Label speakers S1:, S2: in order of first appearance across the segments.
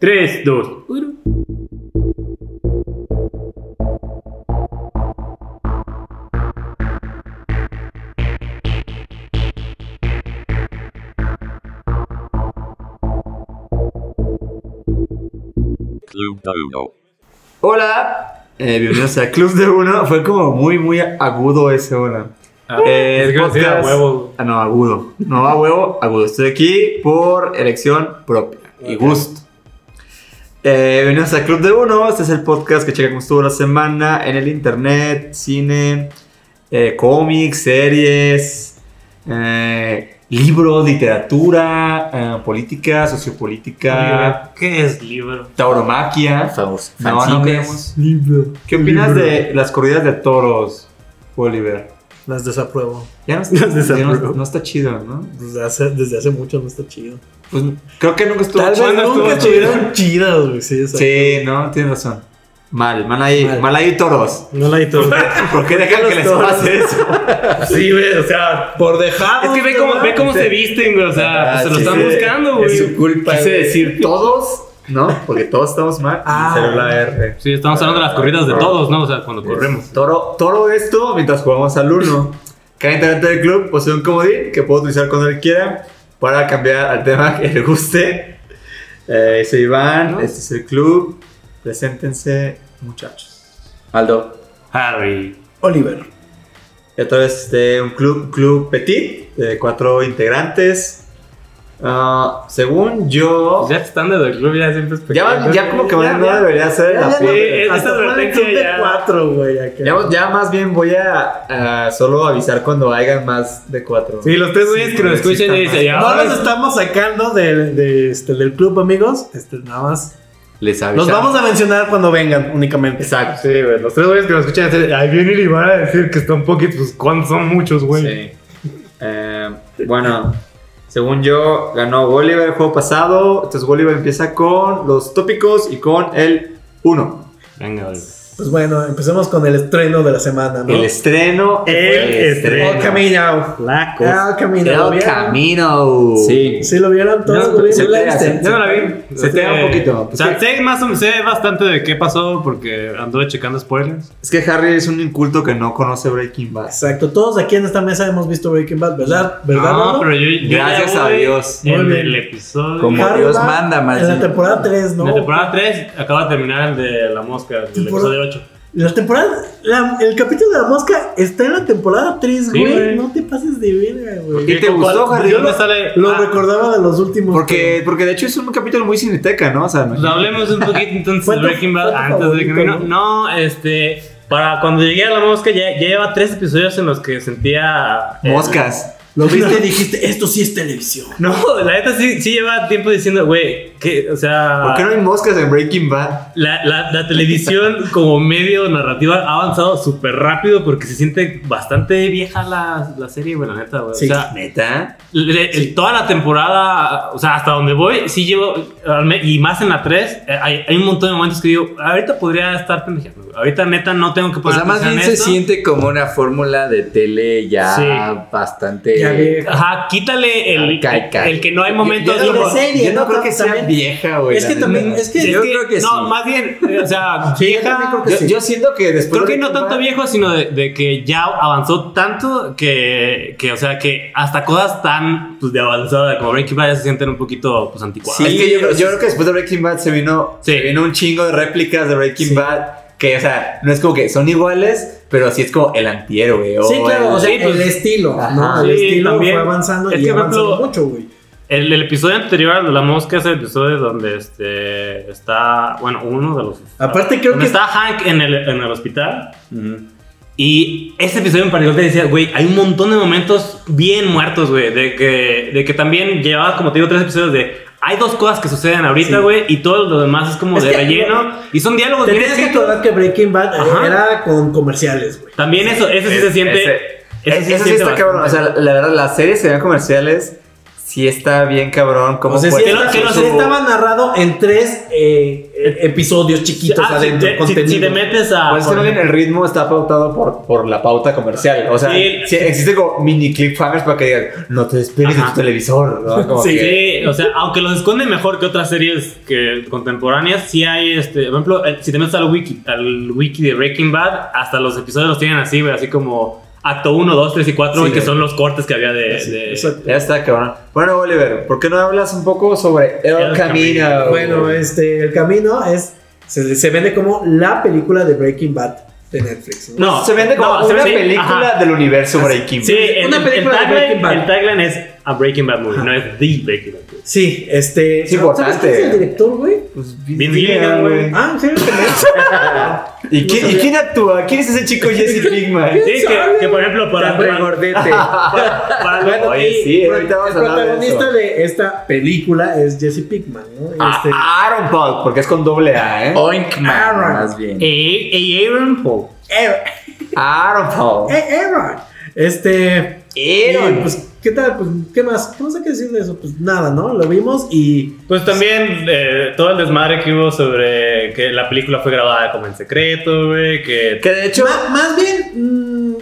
S1: 3, 2, 1.
S2: Club de Uno.
S3: Hola, eh, bienvenidos a Club de Uno. Fue como muy, muy agudo ese hola. Eh,
S1: Ah, es que
S3: podcast-
S1: decía huevo.
S3: Ah, no, agudo. No a huevo, agudo. Estoy aquí por elección propia y gusto. Eh, bienvenidos a Club de Uno. Este es el podcast que checa cómo estuvo la semana en el internet, cine, eh, cómics, series, eh, libros, literatura, eh, política, sociopolítica,
S1: ¿Qué es libro?
S3: tauromaquia.
S4: Fans,
S3: No, no queremos. ¿Qué opinas de las corridas de toros, Oliver?
S4: Las desapruebo.
S3: Ya no, está-
S4: Las desapruebo.
S3: ya no- no está chido, ¿no?
S4: Desde hace, desde hace mucho no está chido.
S3: Pues creo que nunca estuvo
S4: Tal vez
S3: chido,
S4: nunca
S3: estuvo
S4: estuvieron chidas, güey. Sí, exacto.
S3: Sí, no, tienes razón. Mal, mal ahí, mal,
S4: Mal.
S3: ahí toros.
S4: No la editó.
S3: ¿Por qué dejan que les
S4: Toros.
S3: pase eso?
S1: Ah, Sí, güey, o sea.
S4: Por dejar.
S1: Es que ve cómo, ve cómo se visten, güey. O sea,
S3: Ah,
S1: pues se lo
S3: sí,
S1: están
S3: sí.
S1: buscando, güey.
S3: Es su culpa. Quise
S1: güey.
S3: decir todos, ¿no? Porque todos estamos mal. eh.
S4: Ah.
S3: Y salió la R.
S1: Sí, estamos hablando de las corridas
S3: Ah.
S1: de todos, ¿no? O sea, cuando corremos.
S3: Toro, toro esto mientras jugamos al uno. Cada integrante del club posee un comodín que puede utilizar cuando él quiera para cambiar al tema que le guste. Eh, soy Iván, este es el club. Preséntense, muchachos. Aldo.
S1: Harry.
S4: Oliver.
S3: Y otra vez este, un club, club petit de cuatro integrantes. Ah, según yo,
S1: Ya están de club, ya siempre es
S3: ya, va- ya como que
S4: Ya,
S3: no
S4: ya.
S3: debería ser la
S1: no.
S3: pie-
S1: esa
S4: Hasta fue el
S1: advertencia
S4: club de
S1: ya.
S4: cuatro, güey. acá.
S3: ya, ya más bien voy a a solo avisar cuando hagan más de cuatro.
S1: Sí, los tres güeyes que nos escuchen y dicen, ya.
S4: No
S1: ahora
S4: los
S1: es-
S4: estamos sacando de, de, este, del club, amigos. Este, nada más.
S3: les
S4: Los vamos a mencionar cuando vengan únicamente.
S3: Exacto.
S1: Sí, güey, los tres güeyes que nos escuchan dicen, ay, viene y van a decir que están poquitos, pues ¿cuántos son muchos,
S3: Sí. Eh, bueno, según yo, ganó Bolívar el juego pasado. Entonces Bolívar empieza con los tópicos y con el 1.
S1: Venga, güey.
S4: Pues bueno, empecemos con el estreno de la semana, ¿no?
S3: El estreno.
S1: El estreno.
S4: El camino.
S1: La
S4: El camino. ¿lo
S3: El
S4: vieron?
S3: camino.
S1: Sí.
S4: Sí, lo vieron todos,
S3: No,
S4: güey.
S3: se
S4: ¿No la
S3: te hace-
S4: viste?
S1: Yo no la vi. Este,
S3: Se te da un poquito.
S1: O sea, sé más o menos sé bastante de qué pasó porque anduve checando spoilers.
S3: Es que Harry es un inculto que no conoce Breaking Bad.
S4: Exacto, todos aquí en esta mesa hemos visto Breaking Bad, ¿verdad? ¿Verdad?
S1: no,
S4: Lalo?
S1: pero yo, yo
S3: Gracias
S1: ya
S3: a
S1: voy
S3: Dios.
S1: En
S4: Muy bien.
S1: el episodio.
S3: Como
S4: Harry
S3: Dios
S4: va
S3: manda,
S4: En
S3: maldito.
S4: la temporada 3, ¿no?
S1: De temporada 3 acaba de terminar el de la mosca, del
S4: Temporada-
S1: episodio 8.
S4: La temporada. la- el capítulo de la mosca está en la temporada 3,
S1: Sí,
S4: güey.
S1: güey.
S4: No te pases de verga, güey.
S3: ¿Qué te gustó, Harry?
S1: ¿Dónde sale?
S4: Lo
S1: Ah,
S4: recordaba de los últimos.
S3: Porque, porque de hecho es un capítulo muy cineteca, ¿no? O sea,
S1: Pues hablemos un poquito entonces
S4: ¿Cuál
S1: de
S4: tu-
S1: Breaking
S4: cuál
S1: Bad
S4: tu
S1: antes de que
S4: favorito,
S1: no, no, este, para cuando llegué a la mosca ya, ya lleva tres episodios en los que sentía eh,
S3: moscas.
S4: Lo viste y dijiste, esto sí es televisión.
S1: No, la neta sí, sí lleva tiempo diciendo, güey, que, o sea,
S3: ¿Por qué no hay moscas en Breaking Bad?
S1: la, la- la televisión como medio narrativa ha avanzado súper rápido porque se siente bastante vieja la, la serie, güey, la neta, güey.
S4: Sí.
S1: O sea,
S3: ¿Neta?
S1: le- el- toda la temporada, o sea, hasta donde voy, sí llevo, al me- y más en la 3, hay, hay un montón de momentos que digo, ahorita podría estar pendejeando, güey. ahorita neta no tengo que
S5: O
S1: poner
S5: sea, más
S1: atención
S5: bien
S1: a
S5: se
S1: esto.
S5: siente como una fórmula de tele ya
S1: Sí.
S5: bastante.
S4: Ya vi.
S1: Ajá, quítale el,
S5: Arcaica.
S1: el que no hay momentos...
S4: ya lo
S1: como-
S4: sé. serie,
S3: Yo no
S4: ¿no?
S3: creo que sea
S4: También-
S3: vieja, güey.
S4: es
S3: la
S4: que
S3: neta.
S4: también, es que.
S5: Yo creo que
S1: no,
S5: sí.
S1: más bien, eh, o sea, vieja...
S3: Yo, yo siento que después.
S1: Creo
S3: de
S1: que no
S3: Breaking
S1: tanto
S3: Bad-
S1: viejo, sino de, de que ya avanzó tanto que, que, o sea, que hasta cosas tan pues, de avanzada como Breaking Bad ya se sienten un poquito pues, anticuadas.
S3: es
S5: Sí,
S3: que yo, creo-
S5: o sea,
S3: yo creo que después de Breaking Bad se vino,
S1: Sí.
S3: se vino un chingo de réplicas de Breaking
S4: Sí.
S3: Bad. Que, o sea, no es como que son iguales, pero sí es como el antihéroe.
S4: Sí, claro,
S3: el-
S4: o sea,
S1: Sí, pues-
S4: el estilo, ¿no?
S3: Ajá.
S4: El
S1: Sí,
S4: estilo
S1: también.
S4: fue avanzando
S1: Es
S4: y
S1: que, por
S4: avanzando
S1: ejemplo,
S4: mucho, güey.
S1: El, el episodio anterior al de la mosca es el episodio donde este, está, bueno, uno de los...
S4: Aparte, creo
S1: donde
S4: que-
S1: está Hank en el, en el hospital.
S5: Ujú.
S1: Y ese episodio en particular te decía, güey, hay un montón de momentos bien muertos, güey. De que, de que también llevabas, como te digo, tres episodios de. Hay dos cosas que suceden ahorita,
S4: Sí.
S1: güey, y todo lo demás es como
S4: Es
S1: de
S4: que-
S1: relleno. Y son diálogos bien
S4: Tenías que
S1: escritos.
S4: acordar que Breaking Bad eh,
S1: Ajá.
S4: era con comerciales, güey.
S1: También eso, eso sí
S5: Ese-
S1: se siente.
S5: ese-
S1: eso sí se
S3: Eso sí
S1: siente
S3: está cabrón. O
S1: bastante.
S3: sea, la, la verdad, las series se ven comerciales. sí está bien cabrón. ¿Cómo
S4: O sea,
S3: fue?
S1: pues,
S4: sí
S1: Que
S4: está-
S1: lo- que lo-
S4: sí estaba narrado en tres eh, eh, episodios chiquitos
S1: Ah, si,
S4: adentro.
S1: te, si- si
S4: contenido.
S1: te metes a.
S3: Pues es que más bien el ritmo está pautado por, por la pauta comercial. O sea,
S1: Sí.
S3: sí, existe como mini cliffhangers para que digan, no te despegues de
S1: Ajá.
S3: tu televisor. ¿no? Como
S1: Sí,
S3: que-
S1: sí, o sea, aunque los esconden mejor que otras series que contemporáneas, sí hay, este, por ejemplo, eh, si te metes al wiki, al wiki de Breaking Bad, hasta los episodios los tienen así, güey, así como acto 1, 2, 3 y 4,
S3: Sí,
S1: que
S3: güey.
S1: son los cortes que había de...
S4: Sí,
S1: de-
S4: exacto.
S3: Ya está, cabrón. Bueno, Oliver, ¿por qué no hablas un poco sobre El,
S1: El
S3: Camino?
S1: Camino.
S4: Bueno, este, el camino es. Se, se vende como la película de Breaking Bad de Netflix. ¿no?
S1: no,
S3: se vende como
S1: no, se
S3: una
S1: vende-
S3: película
S1: ajá.
S3: del universo Breaking
S1: Sí,
S3: Bad.
S1: el,
S4: Una
S1: el
S4: película de
S1: tagline,
S4: Breaking Bad.
S1: el tagline es A Breaking Bad Movie, no es The Breaking Bad Movie.
S4: Sí, este.
S3: Es
S4: ¿sabes
S3: importante.
S4: quién es el director, güey?
S3: Pues,
S1: Vince Gilligan, güey.
S4: Ah, en serio, también?
S3: ¿Y, quién, y
S4: sabía. Este.
S3: quién actúa? ¿Quién es ese chico Jesse Pinkman?
S1: Sí, que, que, por ejemplo, para...
S5: Tan
S1: para,
S5: regordete.
S1: para- para-
S3: Bueno, Oye,
S4: y
S3: sí,
S4: pro-
S3: ahorita vamos
S4: el
S3: a hablar de
S4: protagonista
S3: eso.
S4: de, esta película es Jesse Pinkman, ¿no?
S3: Ah,
S4: Este,
S3: Aaron Paul, porque es con doble A,
S1: Oh.
S3: ¿eh?
S5: Oinkman,
S4: Aaron.
S5: más bien.
S1: Eh, eh, Aaron Paul.
S4: Este, Aaron.
S3: Aaron Paul.
S4: Eh, Aaron. Este.
S3: Aaron.
S4: y, pues, ¿qué tal? Pues, ¿qué más? No sé qué decir de eso. Pues nada, ¿no? Lo vimos y.
S1: Pues también eh, todo el desmadre que hubo sobre que la película fue grabada como en secreto, güey, que...
S3: Que de hecho,
S4: Ma- más bien, mm,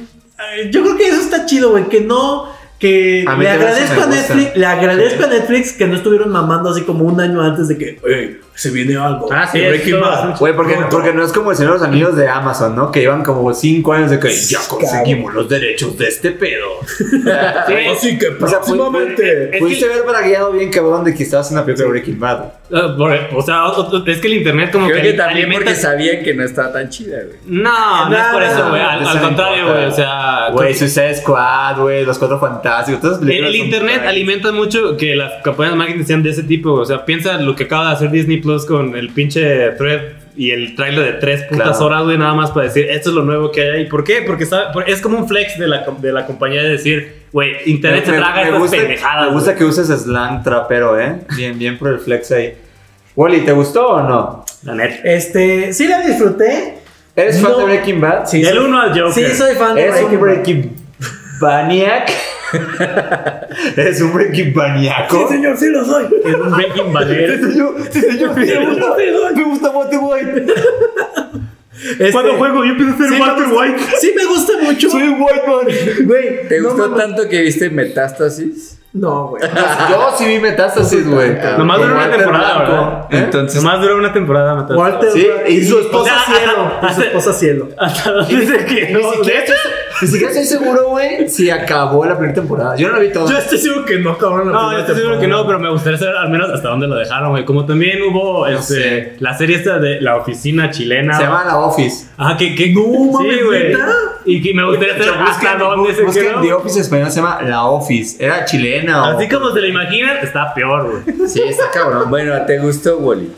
S4: eh, yo creo que eso está chido, güey, que no, que
S3: A mí
S4: le
S3: también eso
S4: agradezco
S3: me
S4: a
S3: gusta.
S4: Netflix, le agradezco a Netflix que no estuvieron mamando así como un año antes de que, "Ey, se viene algo.
S1: Ah, sí,
S4: de Breaking
S1: esto-
S4: Bad".
S3: güey, porque, porque no es como el Señor de los Anillos de Amazon, ¿no? Que iban como 5 años de que ya conseguimos los derechos de este pedo.
S4: Ah, Así que
S3: O sea, pu-
S4: próximamente.
S1: que-
S3: Pudiste haber bragueado bien cabrón de que estabas en una película de Breaking Bad.
S1: Eh, por- o sea, o- o- es que el internet como
S5: Creo
S1: que
S5: que también
S1: alimenta-
S5: porque sabían que no estaba tan chida, güey.
S1: No, no es por eso, güey, al,
S3: Eso
S1: al
S3: Pues no
S1: contrario,
S3: importa.
S1: güey, o sea...
S3: Güey,
S1: Ah, creo
S3: Suicide Squad, güey, Los Cuatro Fantásticos, todas esas
S1: que el,
S3: películas
S1: el
S3: son
S1: internet
S3: crack.
S1: alimenta mucho que las campañas de marketing sean de ese tipo, güey, o sea, piensa lo que acaba de hacer Disney Plus con el pinche thread y el trailer de tres putas
S3: Claro.
S1: horas, güey, nada más para decir, esto es lo nuevo que hay ahí. ¿Por qué? Porque sabe- por- es como un flex de la, com- de la compañía de decir, güey, internet se traga estas
S3: gusta,
S1: pendejadas.
S3: Me
S1: güey.
S3: gusta que uses slang trapero, ¿eh? Bien, bien por el flex ahí. Wally, ¿te gustó o no?
S1: La neta.
S4: Este, sí la disfruté.
S3: ¿Eres fan
S4: No.
S3: de Breaking Bad?
S4: Sí,
S1: Del
S4: soy-
S1: 1 al Joker.
S4: Sí, soy fan de
S3: ¿Eres un
S4: Breaking Bad.
S3: Breaking Baniac? ¿Eres un Breaking Baniaco?
S4: Sí, señor, sí lo soy.
S1: Es un Breaking Bad.
S3: Sí, señor. Sí, señor.
S4: Sí,
S3: Me
S4: señor, sí,
S3: gusta-
S4: soy.
S3: Me gusta Waterboy.
S4: Este,
S1: Cuando juego, yo empiezo a ser
S4: sí me
S1: Walter
S4: gusta-
S1: White.
S4: Sí me gusta mucho.
S3: Soy White Man.
S4: Güey,
S5: ¿Te
S4: no
S5: gustó
S4: mames.
S5: tanto que viste Metástasis?
S4: No, güey.
S3: Yo sí vi metástasis, güey.
S1: Nomás
S3: Con
S1: duró una
S3: Walter
S1: temporada,
S3: Blanco. ¿eh?
S1: ¿verdad? ¿Eh?
S5: Entonces,
S1: Nomás duró una temporada, Matas.
S4: Walter
S3: Sí,
S4: White-
S3: y su esposa
S1: O sea,
S4: cielo. Y su esposa cielo.
S1: ¿Hasta dónde se
S3: Ni
S1: quedó?
S3: siquiera estoy- ni siquiera estoy seguro, güey, si acabó la primera temporada. Yo no la vi toda.
S4: Yo estoy seguro que no, cabrón. la
S1: No, yo
S4: primera
S1: estoy seguro que
S4: temporada.
S1: no, pero me gustaría saber al menos hasta dónde lo dejaron, güey. Como también hubo este,
S3: sé.
S1: la serie esta de la oficina chilena.
S3: Se llama La Office.
S1: Ah, que. que
S4: No, mames,
S1: sí, güey.
S4: ¿neta?
S1: Y que me gustaría saber hasta
S3: Busquen-
S1: dónde se
S3: busquen
S1: quedó.
S3: The Office español, se llama La Office. Era chilena. o-
S1: Así como se lo imaginan, está peor, güey.
S5: sí, está cabrón. Bueno, ¿te gustó, Wally?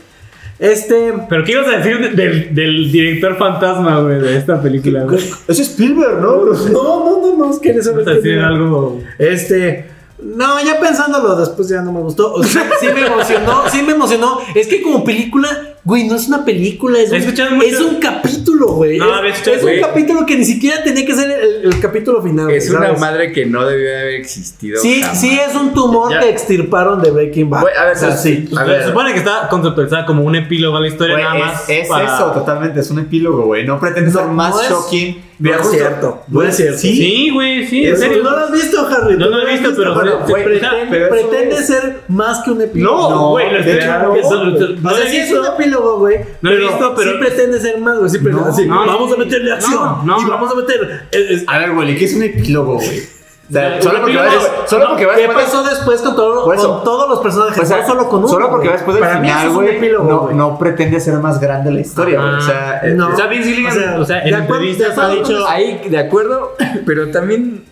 S4: Este.
S1: Pero, ¿qué ibas a decir de- del, del director fantasma, güey, de esta película, güey?
S3: Eso es Spielberg, ¿no?
S4: No, no, no, no, es que eres
S1: ¿Ibas a decir algo?
S4: Este. No, ya pensándolo después ya no me gustó. O sea, sí me emocionó, sí me emocionó. Es que como película, güey, no es una película, es,
S1: He escuchado
S4: un,
S1: mucho-
S4: es un capítulo, güey.
S1: No, había
S4: es
S1: escuchado-
S4: es un
S5: güey.
S4: capítulo que ni siquiera tenía que ser el, el capítulo final.
S5: Es
S4: güey,
S5: una
S4: ¿sabes?
S5: madre que no debió de haber existido.
S4: pues, Sí,
S5: jamás.
S4: sí, es un tumor
S5: Ya.
S4: que extirparon de Breaking Bad.
S5: Güey, a ver,
S4: O sea,
S5: o sea,
S4: sí.
S5: A ver.
S1: Se supone que está conceptualizada como un epílogo a la historia,
S3: Güey,
S1: nada
S3: es-
S1: más.
S3: es,
S1: para-
S3: eso, totalmente. Es un epílogo, güey. No pretende ser
S4: No,
S3: más
S4: no es-
S3: shocking.
S4: No
S3: Mira,
S4: es
S3: justo-
S4: cierto, no es cierto.
S3: Sí,
S1: Sí, güey, sí, en
S4: Eso,
S1: serio.
S4: No lo has visto, Harry.
S1: No
S4: tú
S1: lo he visto, pero-
S4: Bueno,
S3: güey,
S4: pretende,
S3: pero eso
S4: pretende
S3: es-
S4: ser más que un
S3: No,
S4: epílogo.
S1: No, güey, lo
S3: de
S1: estoy
S3: hecho,
S1: claro.
S3: no,
S1: Eso- eso-
S4: O
S1: No
S4: sea,
S1: he
S4: sí es
S1: visto.
S4: un epílogo, güey.
S1: No lo he visto, pero-
S4: Sí pretende ser más, güey. Sí pretende
S3: No,
S4: ser.
S1: no,
S4: vamos
S1: no,
S4: a meterle
S1: no,
S4: acción.
S1: no.
S4: y vamos a meter. eh, eh,
S3: A ver, güey, ¿qué es un epílogo, güey? O sea,
S1: Un
S3: solo porque
S1: epílogo-
S3: vas- solo porque vas
S4: ¿Qué pasó después con, todo-
S3: Por eso.
S4: con todos los personajes?
S3: O sea,
S4: no solo con uno.
S3: Solo porque
S4: güey.
S3: va después del
S4: Para mí eso
S3: final,
S4: es un
S3: güey.
S4: epílogo,
S3: no,
S4: güey.
S3: no pretende ser más grande la historia, güey. O sea,
S1: Ajá.
S3: eh,
S4: No.
S1: O sea, Vince Gilligan,
S4: O sea,
S1: o sea,
S4: de
S1: en
S4: acuerdo,
S1: entrevistas
S4: de
S1: ha
S4: acuerdo
S1: dicho.
S5: Ahí, de acuerdo, pero también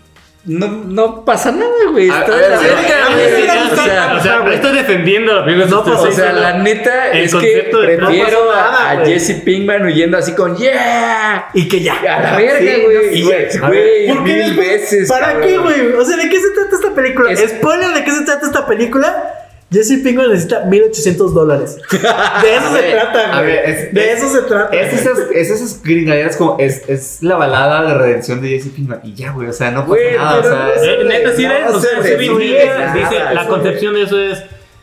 S5: no, no pasa nada, güey.
S3: A-
S5: Está
S3: a
S5: de
S3: ver,
S5: la
S1: "Ah,
S3: a ver,
S5: verga,
S3: a ver,
S5: güey.
S3: a ver,
S5: O sea,
S1: O sea, no estoy defendiendo la película.
S4: No,
S1: estoy
S4: pues,
S5: O sea,
S1: diciendo-
S5: la neta
S1: El
S5: es que
S1: concepto de- no
S5: prefiero
S4: pasó nada,
S5: a, a
S4: güey.
S5: Jesse Pinkman huyendo así con ¡Yeah!
S4: Y que ya.
S5: A la verga,
S3: sí,
S5: güey.
S3: sí,
S5: Y-
S3: güey. A
S5: güey,
S4: ¿Por qué
S5: mil
S4: después-
S5: veces.
S4: ¿Para
S5: cabrón.
S4: qué, güey? O sea, ¿de qué se trata esta película?
S5: Es-
S4: Spoiler, ¿de qué se trata esta película? Jesse Pinkman necesita 1800 dólares. De eso se
S3: Güey,
S4: trata,
S3: a
S4: güey.
S3: ver, es-
S4: de
S3: es-
S4: eso se trata.
S3: Es esas, es esas gringaderas como. Es, es la balada de redención de Jesse Pinkman. Y ya, güey. O sea, no pasa
S5: Güey,
S3: nada. O
S5: pero
S3: sea,
S5: no
S3: es-
S5: sé.
S1: Eh, neta, sí,
S5: No,
S1: de- o
S5: no
S1: sea,
S5: sé,
S1: sí, bien
S5: güey,
S1: dice,
S5: nada,
S1: dice, la
S5: eso,
S1: concepción de eso es,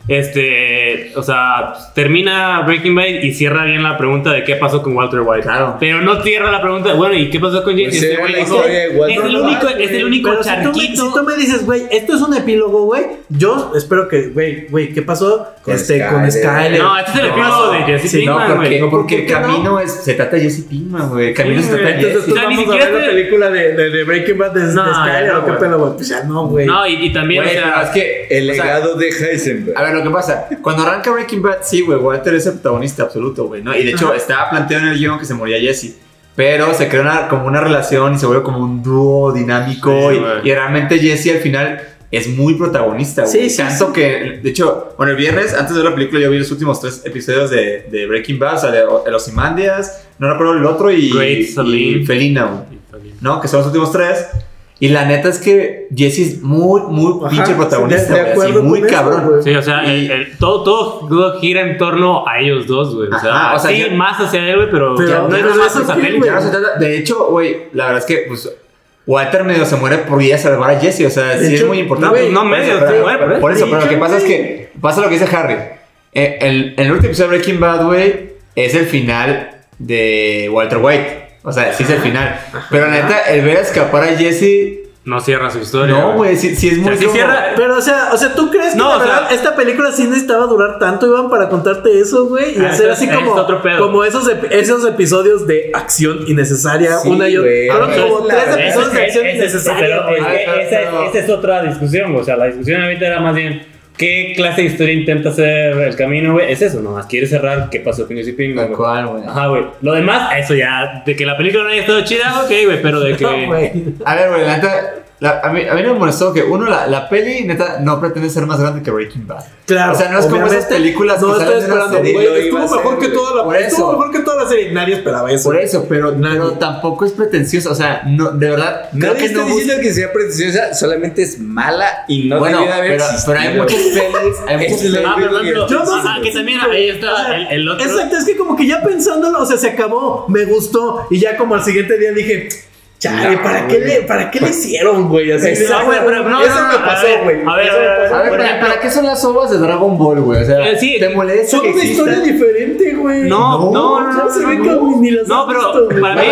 S1: este, o sea, termina Breaking Bad y cierra bien la pregunta de qué pasó con Walter White.
S3: Claro.
S1: Pero no cierra la pregunta, bueno, ¿y qué pasó con Jesse?
S5: Pues era la historia de
S1: es
S5: Walter
S1: el único,
S5: White,
S1: es el único
S4: Pero si tú, me,
S1: charquito.
S4: si tú me dices, güey, esto es un epílogo, güey. Yo espero que, güey, güey, ¿qué pasó
S5: Con
S4: este,
S5: Skyler.
S4: con Skyler?
S1: no, este es el
S3: No,
S1: epílogo de Jesse
S3: Sí, no,
S1: Pinkman,
S3: porque,
S1: güey.
S3: no, porque
S4: ¿Por qué no?
S3: Camino es, se trata de Jesse Pinkman, güey. Camino
S1: Sí,
S3: se trata
S1: güey.
S3: de
S4: Entonces
S3: Jesse.
S4: tú
S1: O sea, ni
S4: vamos a
S1: siquiera
S4: ver la
S1: te-
S4: película de, de, de Breaking Bad de, de
S1: No,
S4: Skyler
S1: ya,
S4: o qué
S1: güey.
S4: pedo, güey. Pues ya no, güey.
S1: No, y, y también,
S3: Güey,
S1: o
S3: pero es
S1: sea,
S3: que
S5: El
S3: o sea,
S5: legado de Heisenberg.
S3: A ver, lo que pasa, cuando arranca Breaking Bad, sí, güey, Walter es el protagonista absoluto, güey, ¿no? Y de hecho,
S4: Ajá.
S3: estaba planteado en el guión que se moría Jesse. Pero se crea una- como una relación y se vuelve como un dúo dinámico.
S1: Sí,
S3: y-
S1: güey.
S3: y, realmente Jesse al final es muy protagonista, güey.
S4: Sí, sí,
S3: Tanto que, de hecho, bueno, el viernes, antes de ver la película, yo vi los últimos tres episodios de, de Breaking Bad, o sea, de, O- de Los Imandias, no recuerdo el otro, y,
S1: Great
S3: y
S1: Saline.
S3: Felina, güey. ¿no? Que son los últimos tres. Y la neta es que Jesse es muy, muy
S4: Ajá,
S3: pinche protagonista,
S4: de- de
S3: güey, así,
S4: acuerdo
S3: muy
S4: con eso,
S3: cabrón.
S4: güey.
S1: Sí, o sea,
S3: Y-
S1: el- el- todo, todo, todo gira en torno a ellos dos, güey. O sea,
S3: Ajá, o sea,
S1: sí,
S3: ya-
S1: más hacia él, güey, pero,
S4: Pero-
S1: ya no es
S4: pero
S1: nada más
S4: eso
S1: un
S4: sí,
S1: satélite.
S4: güey.
S3: Ya no se trata- De hecho, güey, la verdad es que pues, Walter medio se muere por ir a salvar a Jesse. O sea,
S4: De
S3: sí
S4: hecho,
S3: es muy importante.
S1: güey, No
S3: Por eso,
S1: medio,
S3: pero-
S1: se muere, pero-
S3: Por eso, pero lo que
S4: Sí,
S3: pasa es
S4: güey.
S3: que pasa lo que dice Harry. Eh, el, el último episodio de Breaking Bad, güey, es el final de Walter White. O sea, sí es el final. Pero la neta, el ver escapar a Jesse.
S1: No cierra su historia.
S3: No, güey, sí, sí es muy.
S1: O sea, sí
S3: como-
S1: cierra-
S4: Pero, o sea, o sea, ¿tú crees que
S1: No, o
S4: la
S1: sea-
S4: verdad esta película sí necesitaba durar tanto, Iván, para contarte eso, güey? Y
S1: Ah,
S4: hacer
S1: eso-
S4: así
S1: eso
S4: como,
S1: es otro pedo.
S4: como esos, ep- esos episodios de acción innecesaria,
S5: Sí,
S4: una y otra.
S5: güey.
S4: Fueron
S5: Ah,
S4: como
S1: Pues,
S5: es la
S4: tres
S5: verdad.
S4: episodios de acción innecesaria,
S1: pero es
S4: güey.
S1: que
S3: Ay,
S1: esa,
S3: pero-
S1: esa es otra discusión, güey. O sea, la discusión ahorita era más bien qué clase de historia intenta hacer el camino, güey. Es eso, nomás quiere cerrar qué pasó con Jesse Pinkman,
S3: Tal
S1: güey.
S3: cual, güey.
S1: Ajá, güey. Lo demás, eso ya, de que la película no haya estado chida, ok, güey, pero de que...
S4: No, güey.
S3: A ver, güey, la neta. la- a, mí, a mí me molestó que, uno, la, la peli, neta, no pretende ser más grande que Breaking Bad.
S4: Claro.
S3: O sea, no es como
S4: obviamente,
S3: esas películas que
S4: No
S3: salen
S4: estoy
S3: de una
S4: esperando,
S3: serie.
S4: güey.
S5: Lo iba a
S4: Estuvo mejor
S5: hacer,
S4: que
S5: güey.
S4: toda
S3: Por
S4: la Estuvo
S3: eso.
S4: mejor que toda la serie. Nadie esperaba eso.
S3: Por eso, pero,
S4: Nadie.
S3: pero tampoco es pretencioso. O sea, no, de verdad, creo
S5: Nadie
S3: que
S5: está
S3: no
S5: diciendo que sea pretenciosa, solamente es mala y no
S3: bueno,
S5: debió de haber
S3: pero,
S5: existido. Este,
S3: pero hay muchas pelis. Hay muchas
S5: Es la-
S3: pelis.
S1: Ah, pero, por ejemplo,
S4: Yo no
S1: ah,
S4: sé.
S1: que también ahí está el, el otro...
S4: Exacto, es que como que ya pensándolo, o sea, se acabó, me gustó, y ya como al siguiente día dije, chale,
S5: No,
S4: ¿para, qué
S5: güey.
S4: le, ¿para qué le hicieron, güey? Así,
S1: Exacto,
S4: ah, güey,
S1: pero no,
S4: eso
S1: no, no,
S4: me
S1: a
S4: pasó,
S1: ver,
S4: güey.
S1: a ver,
S4: eso
S1: a
S4: me
S1: ver,
S4: pasó.
S3: A ver,
S1: Por
S3: ¿para,
S1: ejemplo-
S3: para qué son las ovas de Dragon Ball, güey? O sea,
S1: Eh, sí,
S3: ¿te molesta
S4: Son
S3: que
S4: una historia
S3: existan?
S4: diferente, güey.
S1: No, no, no,
S4: se
S1: no,
S4: ve
S1: no.
S4: como ni las
S1: No,
S4: han
S1: pero
S4: visto, güey.
S1: para mí,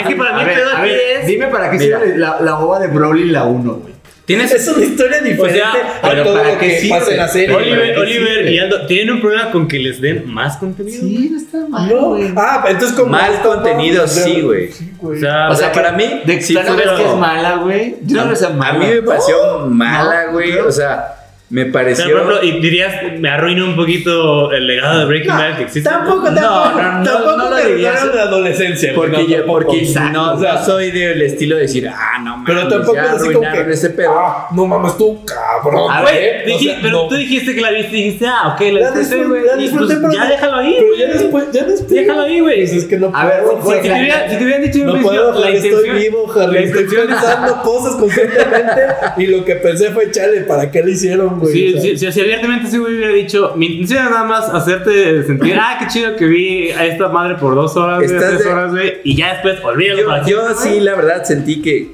S1: es que para mí
S3: A
S1: el
S3: ver,
S1: pedo
S3: a
S1: aquí
S3: ver,
S1: es...
S3: dime para qué hicieron la, la ova de Broly en la 1, güey.
S5: Tienes
S4: Es una historia
S1: pues
S4: diferente
S1: sea,
S4: a
S3: pero
S4: todo
S3: ¿para
S4: lo
S3: qué
S4: que
S3: sirve?
S4: pasa en la serie.
S3: Pero ¿para
S1: Oliver,
S3: qué
S1: Oliver
S3: sirve?
S1: y Aldo, ¿tienen un problema con que les den más contenido?
S3: Sí, no está mal.
S4: No,
S3: güey.
S4: ah, entonces como...
S5: mal contenido, sí, güey.
S1: O sea,
S5: O sea, para mí,
S3: De
S5: sí
S3: tal
S5: fue
S3: vez
S5: lo-
S3: que es mala, güey. Yo no creo que sea
S5: a
S3: mala.
S5: mí me pareció mala,
S3: no,
S5: güey.
S3: creo.
S5: O sea, me
S1: o sea,
S5: pareció.
S1: por ejemplo, y dirías, me arruina un poquito el legado de Breaking Bad que existe.
S4: Tampoco, tampoco,
S5: no, no,
S4: tampoco
S5: no lo
S4: me
S5: dirías.
S4: regalaron la adolescencia. güey,
S5: Porque,
S4: no,
S5: yo,
S4: tampoco.
S5: porque
S4: Exacto,
S5: no,
S4: güey.
S5: no soy del estilo de decir, ah, no mames,
S4: Pero tampoco
S5: ya
S4: es así como
S5: arruinaron
S4: que-
S5: ese pedo.
S4: Ah, no mames, tú, cabrón.
S3: A
S1: Güey,
S4: ¿eh?
S1: dije-
S4: O sea,
S1: pero
S4: no.
S1: tú dijiste que la viste y dijiste, ah, ok, la,
S4: La
S1: disfruté,
S4: disfruté,
S1: güey.
S4: la
S1: Y
S4: disfruté,
S1: pues,
S4: pero-
S1: ya déjalo ahí,
S4: Pero
S1: güey.
S4: ya después, ya después.
S1: Déjalo ahí, güey.
S4: Pues es que no
S3: A ver,
S4: puedo,
S3: güey,
S1: Si te, hubiera- si te hubieran dicho en
S4: No
S1: un
S4: puedo,
S1: principio,
S4: Harry, estoy vivo, Harry.
S1: la
S4: Estoy
S1: intención es-
S4: pensando cosas constantemente y lo que pensé fue, chale, ¿para qué le hicieron, güey?
S1: Sí,
S4: O sea,
S1: sí, sí, sí, abiertamente ese güey hubiera dicho, mi intención era nada más hacerte sentir, ah, qué chido que vi a esta madre por dos horas, güey,
S5: Estás
S1: tres
S5: de-
S1: horas, güey, y ya después, olvídalo para
S5: Yo, yo
S1: siempre,
S5: sí, la verdad, sentí que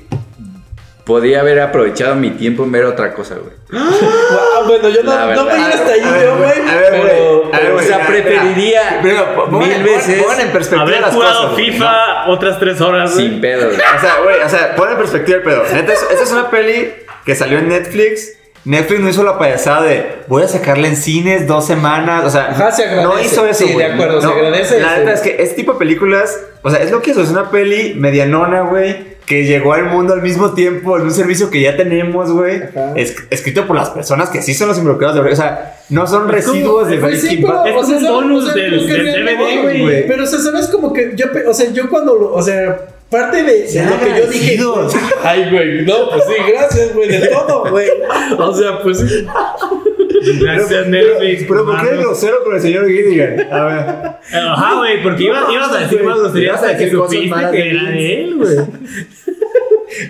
S5: podía haber aprovechado mi tiempo en ver otra cosa, güey.
S4: guau, ah, bueno, yo
S5: La
S4: no, no
S5: verdad.
S4: me iba hasta ahí,
S3: A ver,
S4: yo, güey.
S3: a ver,
S4: pero-
S3: güey, a ver,
S5: o
S3: güey,
S5: sea,
S3: mira,
S5: preferiría
S3: mira, pero pongan-
S5: mil
S3: pongan-
S5: veces
S3: pongan en
S1: güey.
S3: perspectiva
S1: Haber
S3: las
S1: jugado
S3: cosas, güey, ¿no?
S1: FIFA otras tres horas, güey.
S5: sin pedo, güey.
S3: O sea, güey, o sea, pon en perspectiva el pedo. Neta, es- esta es una peli que salió en Netflix. Netflix no hizo la payasada de voy a sacarla en cines dos semanas. O sea,
S4: Ajá, se agradece.
S3: no hizo eso.
S4: Sí, de
S3: güey.
S4: acuerdo, se
S3: No,
S4: agradece
S3: La
S4: eso.
S3: neta es que este tipo de películas, o sea, es lo que hizo. Es una peli medianona, güey, que llegó al mundo al mismo tiempo en un servicio que ya tenemos, güey.
S4: Ajá.
S3: Es- escrito por las personas que sí son los involucrados de verdad. O sea, no son residuos de
S4: Pues sí,
S3: Breaking
S4: pero,
S3: Bad.
S1: Es
S4: o sea,
S1: un
S4: ¿sabes?
S1: bonus
S4: O sea,
S1: del-
S4: como que
S1: del
S4: vean,
S1: DVD,
S4: güey.
S3: güey.
S4: Pero, o sea, ¿sabes? Como que yo, pe- o sea, yo cuando lo, o sea, parte de, de
S3: Sean
S4: lo que yo dije.
S3: agradecidos.
S4: Ay, güey, no, pues sí, gracias, güey, de todo, güey. O sea, pues sí.
S1: Gracias,
S3: Pero-
S1: Netflix.
S3: Pero, ¿por qué eres
S1: mano.
S3: grosero con el señor Gilligan? A ver.
S1: Ajá, güey, porque ibas, ibas a decir más groserías
S3: Ibas a
S1: hasta que
S3: decir cosas
S1: supiste
S3: malas
S1: que
S3: de
S1: era
S3: Vince.
S1: de él, güey.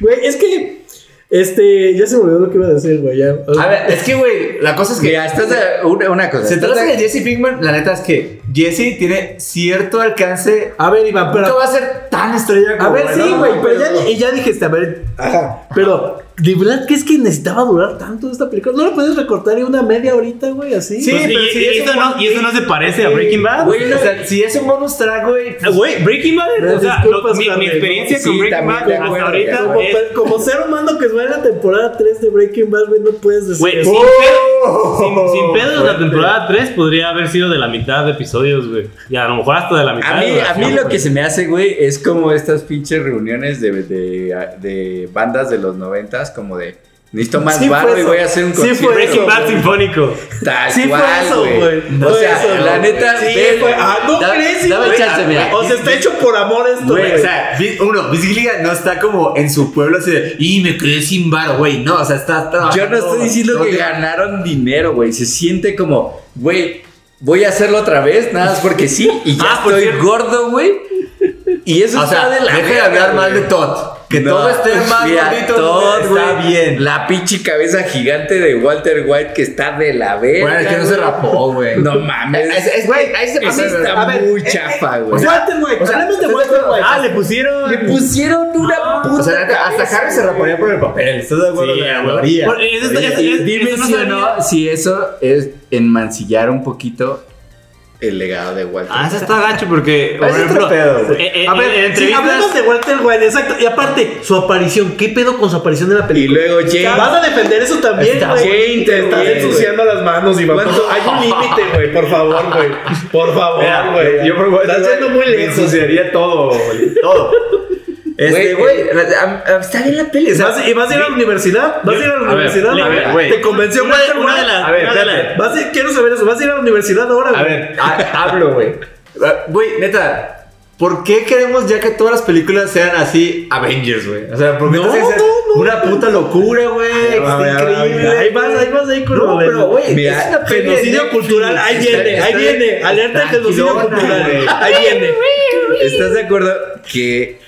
S4: Güey, es que. Este, ya se me olvidó lo que iba a decir, güey. Ya.
S1: Ah,
S3: A ver, es que, güey, la cosa es que.
S5: Mira, estás de- una, una cosa.
S3: Se
S5: estás
S3: trata de
S4: eh,
S5: de-
S3: Jesse Pinkman, la neta es que Jesse tiene cierto alcance.
S4: A ver, Iván,
S3: Nunca
S4: pero.
S3: va a ser tan estrella como.
S4: A ver, sí,
S3: ¿no?
S4: güey, pero ya, y ya dijiste, a ver. Ajá. Pero, ¿de verdad que es que necesitaba durar tanto esta película? ¿No lo puedes recortar en una media horita, güey, así?
S3: Sí,
S1: Pues,
S3: pero
S1: y,
S3: sí,
S1: y
S3: es
S1: esto
S3: un
S1: no, y esto no se parece a Breaking Bad.
S3: Güey, o sea, si es un bonus track, güey. pues,
S1: Ah, Güey, Breaking Bad, o sea, lo-
S4: Disculpas,
S1: mi, mi
S4: Carmen,
S1: experiencia
S5: ¿no?
S1: con
S5: Sí,
S1: Breaking
S5: también
S1: Bad
S5: de
S1: hasta
S5: acuerdo,
S1: ahorita
S5: de
S4: Como,
S1: es-
S4: per- como ser humano que va en la temporada 3 de Breaking Bad, güey, no puedes decir
S1: Güey,
S4: eso.
S1: sin, pedo- sin,
S3: Oh,
S1: sin pedos, la
S3: fuerte.
S1: temporada 3 podría haber sido de la mitad de episodios, güey. Y a lo mejor hasta de la mitad.
S5: A
S1: de
S5: mí, a
S1: duración,
S5: mí lo
S1: güey.
S5: que se me hace, güey, es como estas pinches reuniones de, de, de bandas de los noventas, como de necesito más
S4: Sí fue
S5: barro y
S4: eso.
S5: voy a hacer un
S4: Sí fue
S5: concierto.
S1: Breaking
S4: eso,
S1: Bad
S4: güey.
S1: sinfónico.
S5: Tal
S4: Sí fue
S5: cual,
S4: eso, güey.
S5: O
S4: Fue
S5: sea,
S4: eso,
S5: la
S4: güey.
S5: neta,
S4: Sí,
S5: ve-
S4: fue- ah, no
S5: da-
S4: crees,
S5: dame
S4: güey.
S5: chance, mira.
S4: O sea, está hecho por amor esto,
S3: Güey,
S4: güey.
S3: o sea, vi- uno, Visigliga no está como en su pueblo así de, y me quedé sin bar, güey. No, o sea, está trabajando.
S5: Yo no estoy diciendo
S3: No
S5: que
S3: te-
S5: ganaron dinero, güey. Se siente como, güey, voy a hacerlo otra vez, nada más porque sí, y ya
S1: Ah, por
S5: estoy
S1: cierto.
S5: gordo, güey. Y eso
S3: O
S5: está
S3: sea,
S5: de la.
S3: deja de
S5: verga,
S3: hablar mal de
S5: güey.
S3: Todd. Que
S5: No,
S3: todo esté más
S5: mira,
S3: bonito.
S5: Todd,
S3: está
S5: güey,
S3: bien.
S5: La pinche cabeza gigante de Walter White que está de la verga.
S3: Bueno, es que no se
S5: güey.
S3: rapó, güey.
S5: No mames.
S3: Es- es- güey, ahí se
S5: Esa
S3: pasa-
S5: está
S3: a ver,
S5: muy
S3: eh,
S5: chafa, güey.
S3: o sea,
S4: Walter White,
S3: o sea,
S4: hablemos de
S3: ¿estás de
S4: Walter
S3: acuerdo?
S4: White.
S1: Ah, le pusieron.
S5: Le pusieron una puta.
S3: O sea, neta, hasta
S5: cabeza,
S3: Harry se
S5: güey.
S3: raparía por el papel. ¿Estás de acuerdo?
S1: Sí,
S3: con la
S1: güey.
S3: teoría?
S1: Por-
S4: Eh,
S1: es- es- es-
S5: Y
S1: es-
S5: Dime
S1: eso no
S5: si o
S1: sabía.
S5: no, si eso es enmancillar un poquito el legado de Walter.
S1: Ah, eso está gacho porque.
S3: Pero
S1: por
S3: ese es
S1: ejemplo,
S3: otro pedo, güey.
S1: eh, eh,
S4: A ver,
S1: en
S4: sí, hablemos
S1: entrevistas.
S4: de Walter White, exacto. Y aparte, su aparición. ¿Qué pedo con su aparición en la
S5: y
S4: película?
S5: luego
S4: ¿Vas
S5: James.
S4: a defender eso también,
S5: Está
S4: güey?
S5: bien,
S4: Te estás
S5: güey.
S4: ensuciando las manos, Iván.
S5: ¿Cuánto?
S4: Por- Hay un límite, güey. Por favor, güey. Por favor, güey.
S3: Yo por favor,
S4: Estás
S3: güey,
S4: yendo muy
S3: Me
S4: lejos.
S3: ensuciaría todo, güey. Todo.
S5: Güey,
S3: Este, güey.
S5: la- am- am- está bien la peli. o sea,
S4: ¿Vas- ¿Y vas a ir a la universidad? ¿Vas a ir a la
S1: ver,
S4: universidad?
S1: a ver, güey.
S4: ¿Te convenció
S1: Una-
S4: Walter
S1: una de
S4: White?
S1: las-
S3: A ver,
S1: una de las-
S3: espérate.
S4: Vas a ir- quiero saber eso. ¿Vas a ir a la universidad ahora, güey?
S3: A ver, ha- hablo, güey. Ah, Güey, neta, ¿por qué queremos ya que todas las películas sean así Avengers, güey? O sea, ¿por qué
S4: No,
S3: tiene que ser
S4: no, no.
S3: una puta locura, güey? Que
S4: A ver,
S3: esté
S4: a ver,
S3: increíble.
S4: Ahí vas, ahí vas, ahí con
S3: No,
S4: lo del-
S3: pero, güey,
S5: Mira,
S3: es una peli de
S4: Genocidio
S3: Netflix.
S4: cultural, ahí
S3: Está-
S4: viene, ahí
S3: está-
S4: viene. Alerta de genocidio
S3: tranquilona,
S4: cultural.
S3: güey.
S4: Ahí viene.
S5: ¿Estás de acuerdo que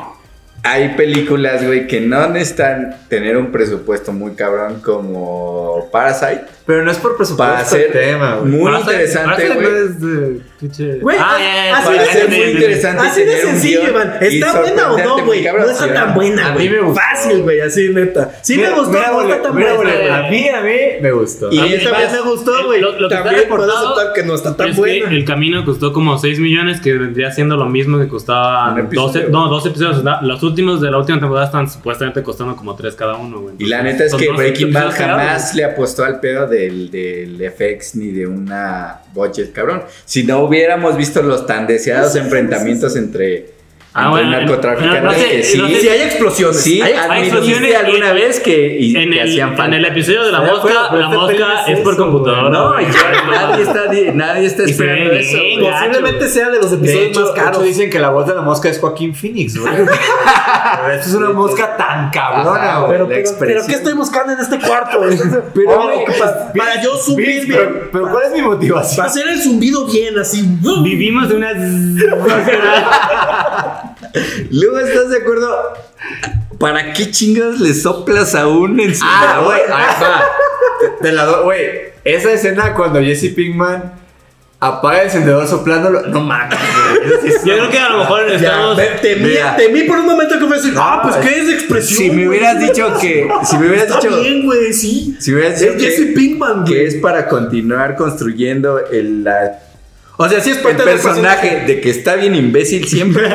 S5: hay películas, güey, que no necesitan tener un presupuesto muy cabrón como Parasite?
S3: Pero no es por
S5: Para
S3: presupuesto
S5: ser
S3: el tema, güey.
S5: muy
S1: Parasite-
S5: interesante,
S1: Parasite
S5: güey.
S1: no es de pinche-
S4: Güey,
S1: Ah, ya, ya,
S4: así-
S1: ya, para-
S4: así
S5: Para
S4: de
S1: ya,
S5: ser
S1: ya,
S5: muy
S1: ya, ya.
S5: interesante.
S4: Así de
S5: tener un
S4: sencillo,
S5: guión
S4: Iván.
S5: y
S4: ¿Está buena o
S5: sorprenderte,
S4: no,
S5: muy
S4: güey?
S5: cabrón.
S4: No está tan
S3: A
S4: buena,
S3: mí
S4: güey.
S3: me gustó.
S4: Fácil, güey, así neta. Sí me
S3: Mira,
S4: gustó,
S3: mira,
S4: no
S3: güey,
S4: está tan
S3: mira,
S4: buena.
S3: güey,
S4: güey.
S3: A mí, a mí me gustó.
S5: Y
S4: a mí
S5: es
S4: también
S5: más,
S4: me gustó, güey.
S1: eh, lo- lo que está
S4: También puedo
S1: reportado
S4: aceptar que no está tan
S1: Es que
S4: buena.
S1: el camino costó como 6 millones, que vendría siendo lo mismo que
S5: Un
S1: costaban
S5: episodio.
S1: 12, no, 12 episodios. La- Los últimos de la última temporada están supuestamente costando como 3 cada uno, güey.
S5: Y la
S1: Entonces,
S5: neta es
S1: son
S5: que
S1: 12
S5: Breaking Bad
S1: episodios cada uno.
S5: jamás le apostó al pedo del, del FX ni de una budget, cabrón. Si no hubiéramos visto los tan deseados enfrentamientos entre,
S1: Ah,
S5: entre
S1: bueno,
S5: narcotraficantes
S1: no, no sé,
S5: que sí,
S1: no sé.
S5: sí hay explosiones. Sí,
S1: Hay explosiones
S5: admitiste Ah, alguna
S1: en-
S5: vez que, y-
S1: En
S5: que
S1: el,
S5: hacían
S1: en
S5: falta.
S1: el episodio de la
S3: Estoy de
S1: mosca,
S3: acuerdo, pero
S1: la
S3: esta
S1: mosca
S3: peli
S1: es,
S3: es
S1: por
S3: eso,
S1: computadora.
S5: no,
S1: güey.
S5: ya nadie está, di- nadie está
S1: Y se ve
S5: esperando
S1: bien,
S5: eso. güey.
S1: güey.
S4: Posiblemente sea de los
S3: De
S4: episodios
S3: hecho,
S4: más
S3: de hecho,
S4: caros.
S3: dicen que la voz de la mosca es Joaquín Phoenix, güey. Pero esto es una
S4: pues.
S3: mosca tan cabrona,
S5: Ajá,
S3: güey.
S4: Pero,
S5: la
S4: pero, pero
S5: expresión.
S4: ¿qué estoy buscando en este cuarto? güey?
S3: Pero,
S4: Oh,
S3: güey,
S4: para,
S3: Vince,
S4: para yo subir
S3: Vince,
S4: bien.
S3: Pero, pero ¿cuál es mi
S4: Para
S3: motivación?
S4: hacer el zumbido bien, así.
S1: Vivimos de una.
S5: Luego, ¿estás de acuerdo? ¿Para qué chingados le soplas a un
S3: Ah,
S5: encendedor?
S3: güey, ahí va. Te- Te la doy, güey. Esa escena cuando Jesse Pinkman apaga el encendedor soplándolo, no mames, güey. Eso sí es-
S1: Yo creo que a lo mejor estamos.
S4: Te- Temí,
S5: Mira.
S4: temí por un momento que fue así. Ah, pues qué es expresión.
S5: si me
S4: güey?
S5: hubieras dicho que. Si me hubieras
S4: Está
S5: dicho.
S4: bien, güey, sí.
S5: Si hubieras
S4: Es
S5: dicho
S4: Jesse
S5: que,
S4: Pinkman,
S5: que
S4: güey.
S5: es para continuar construyendo el, la-
S4: O sea, sí es
S5: el
S4: parte del
S5: personaje de que está bien imbécil siempre.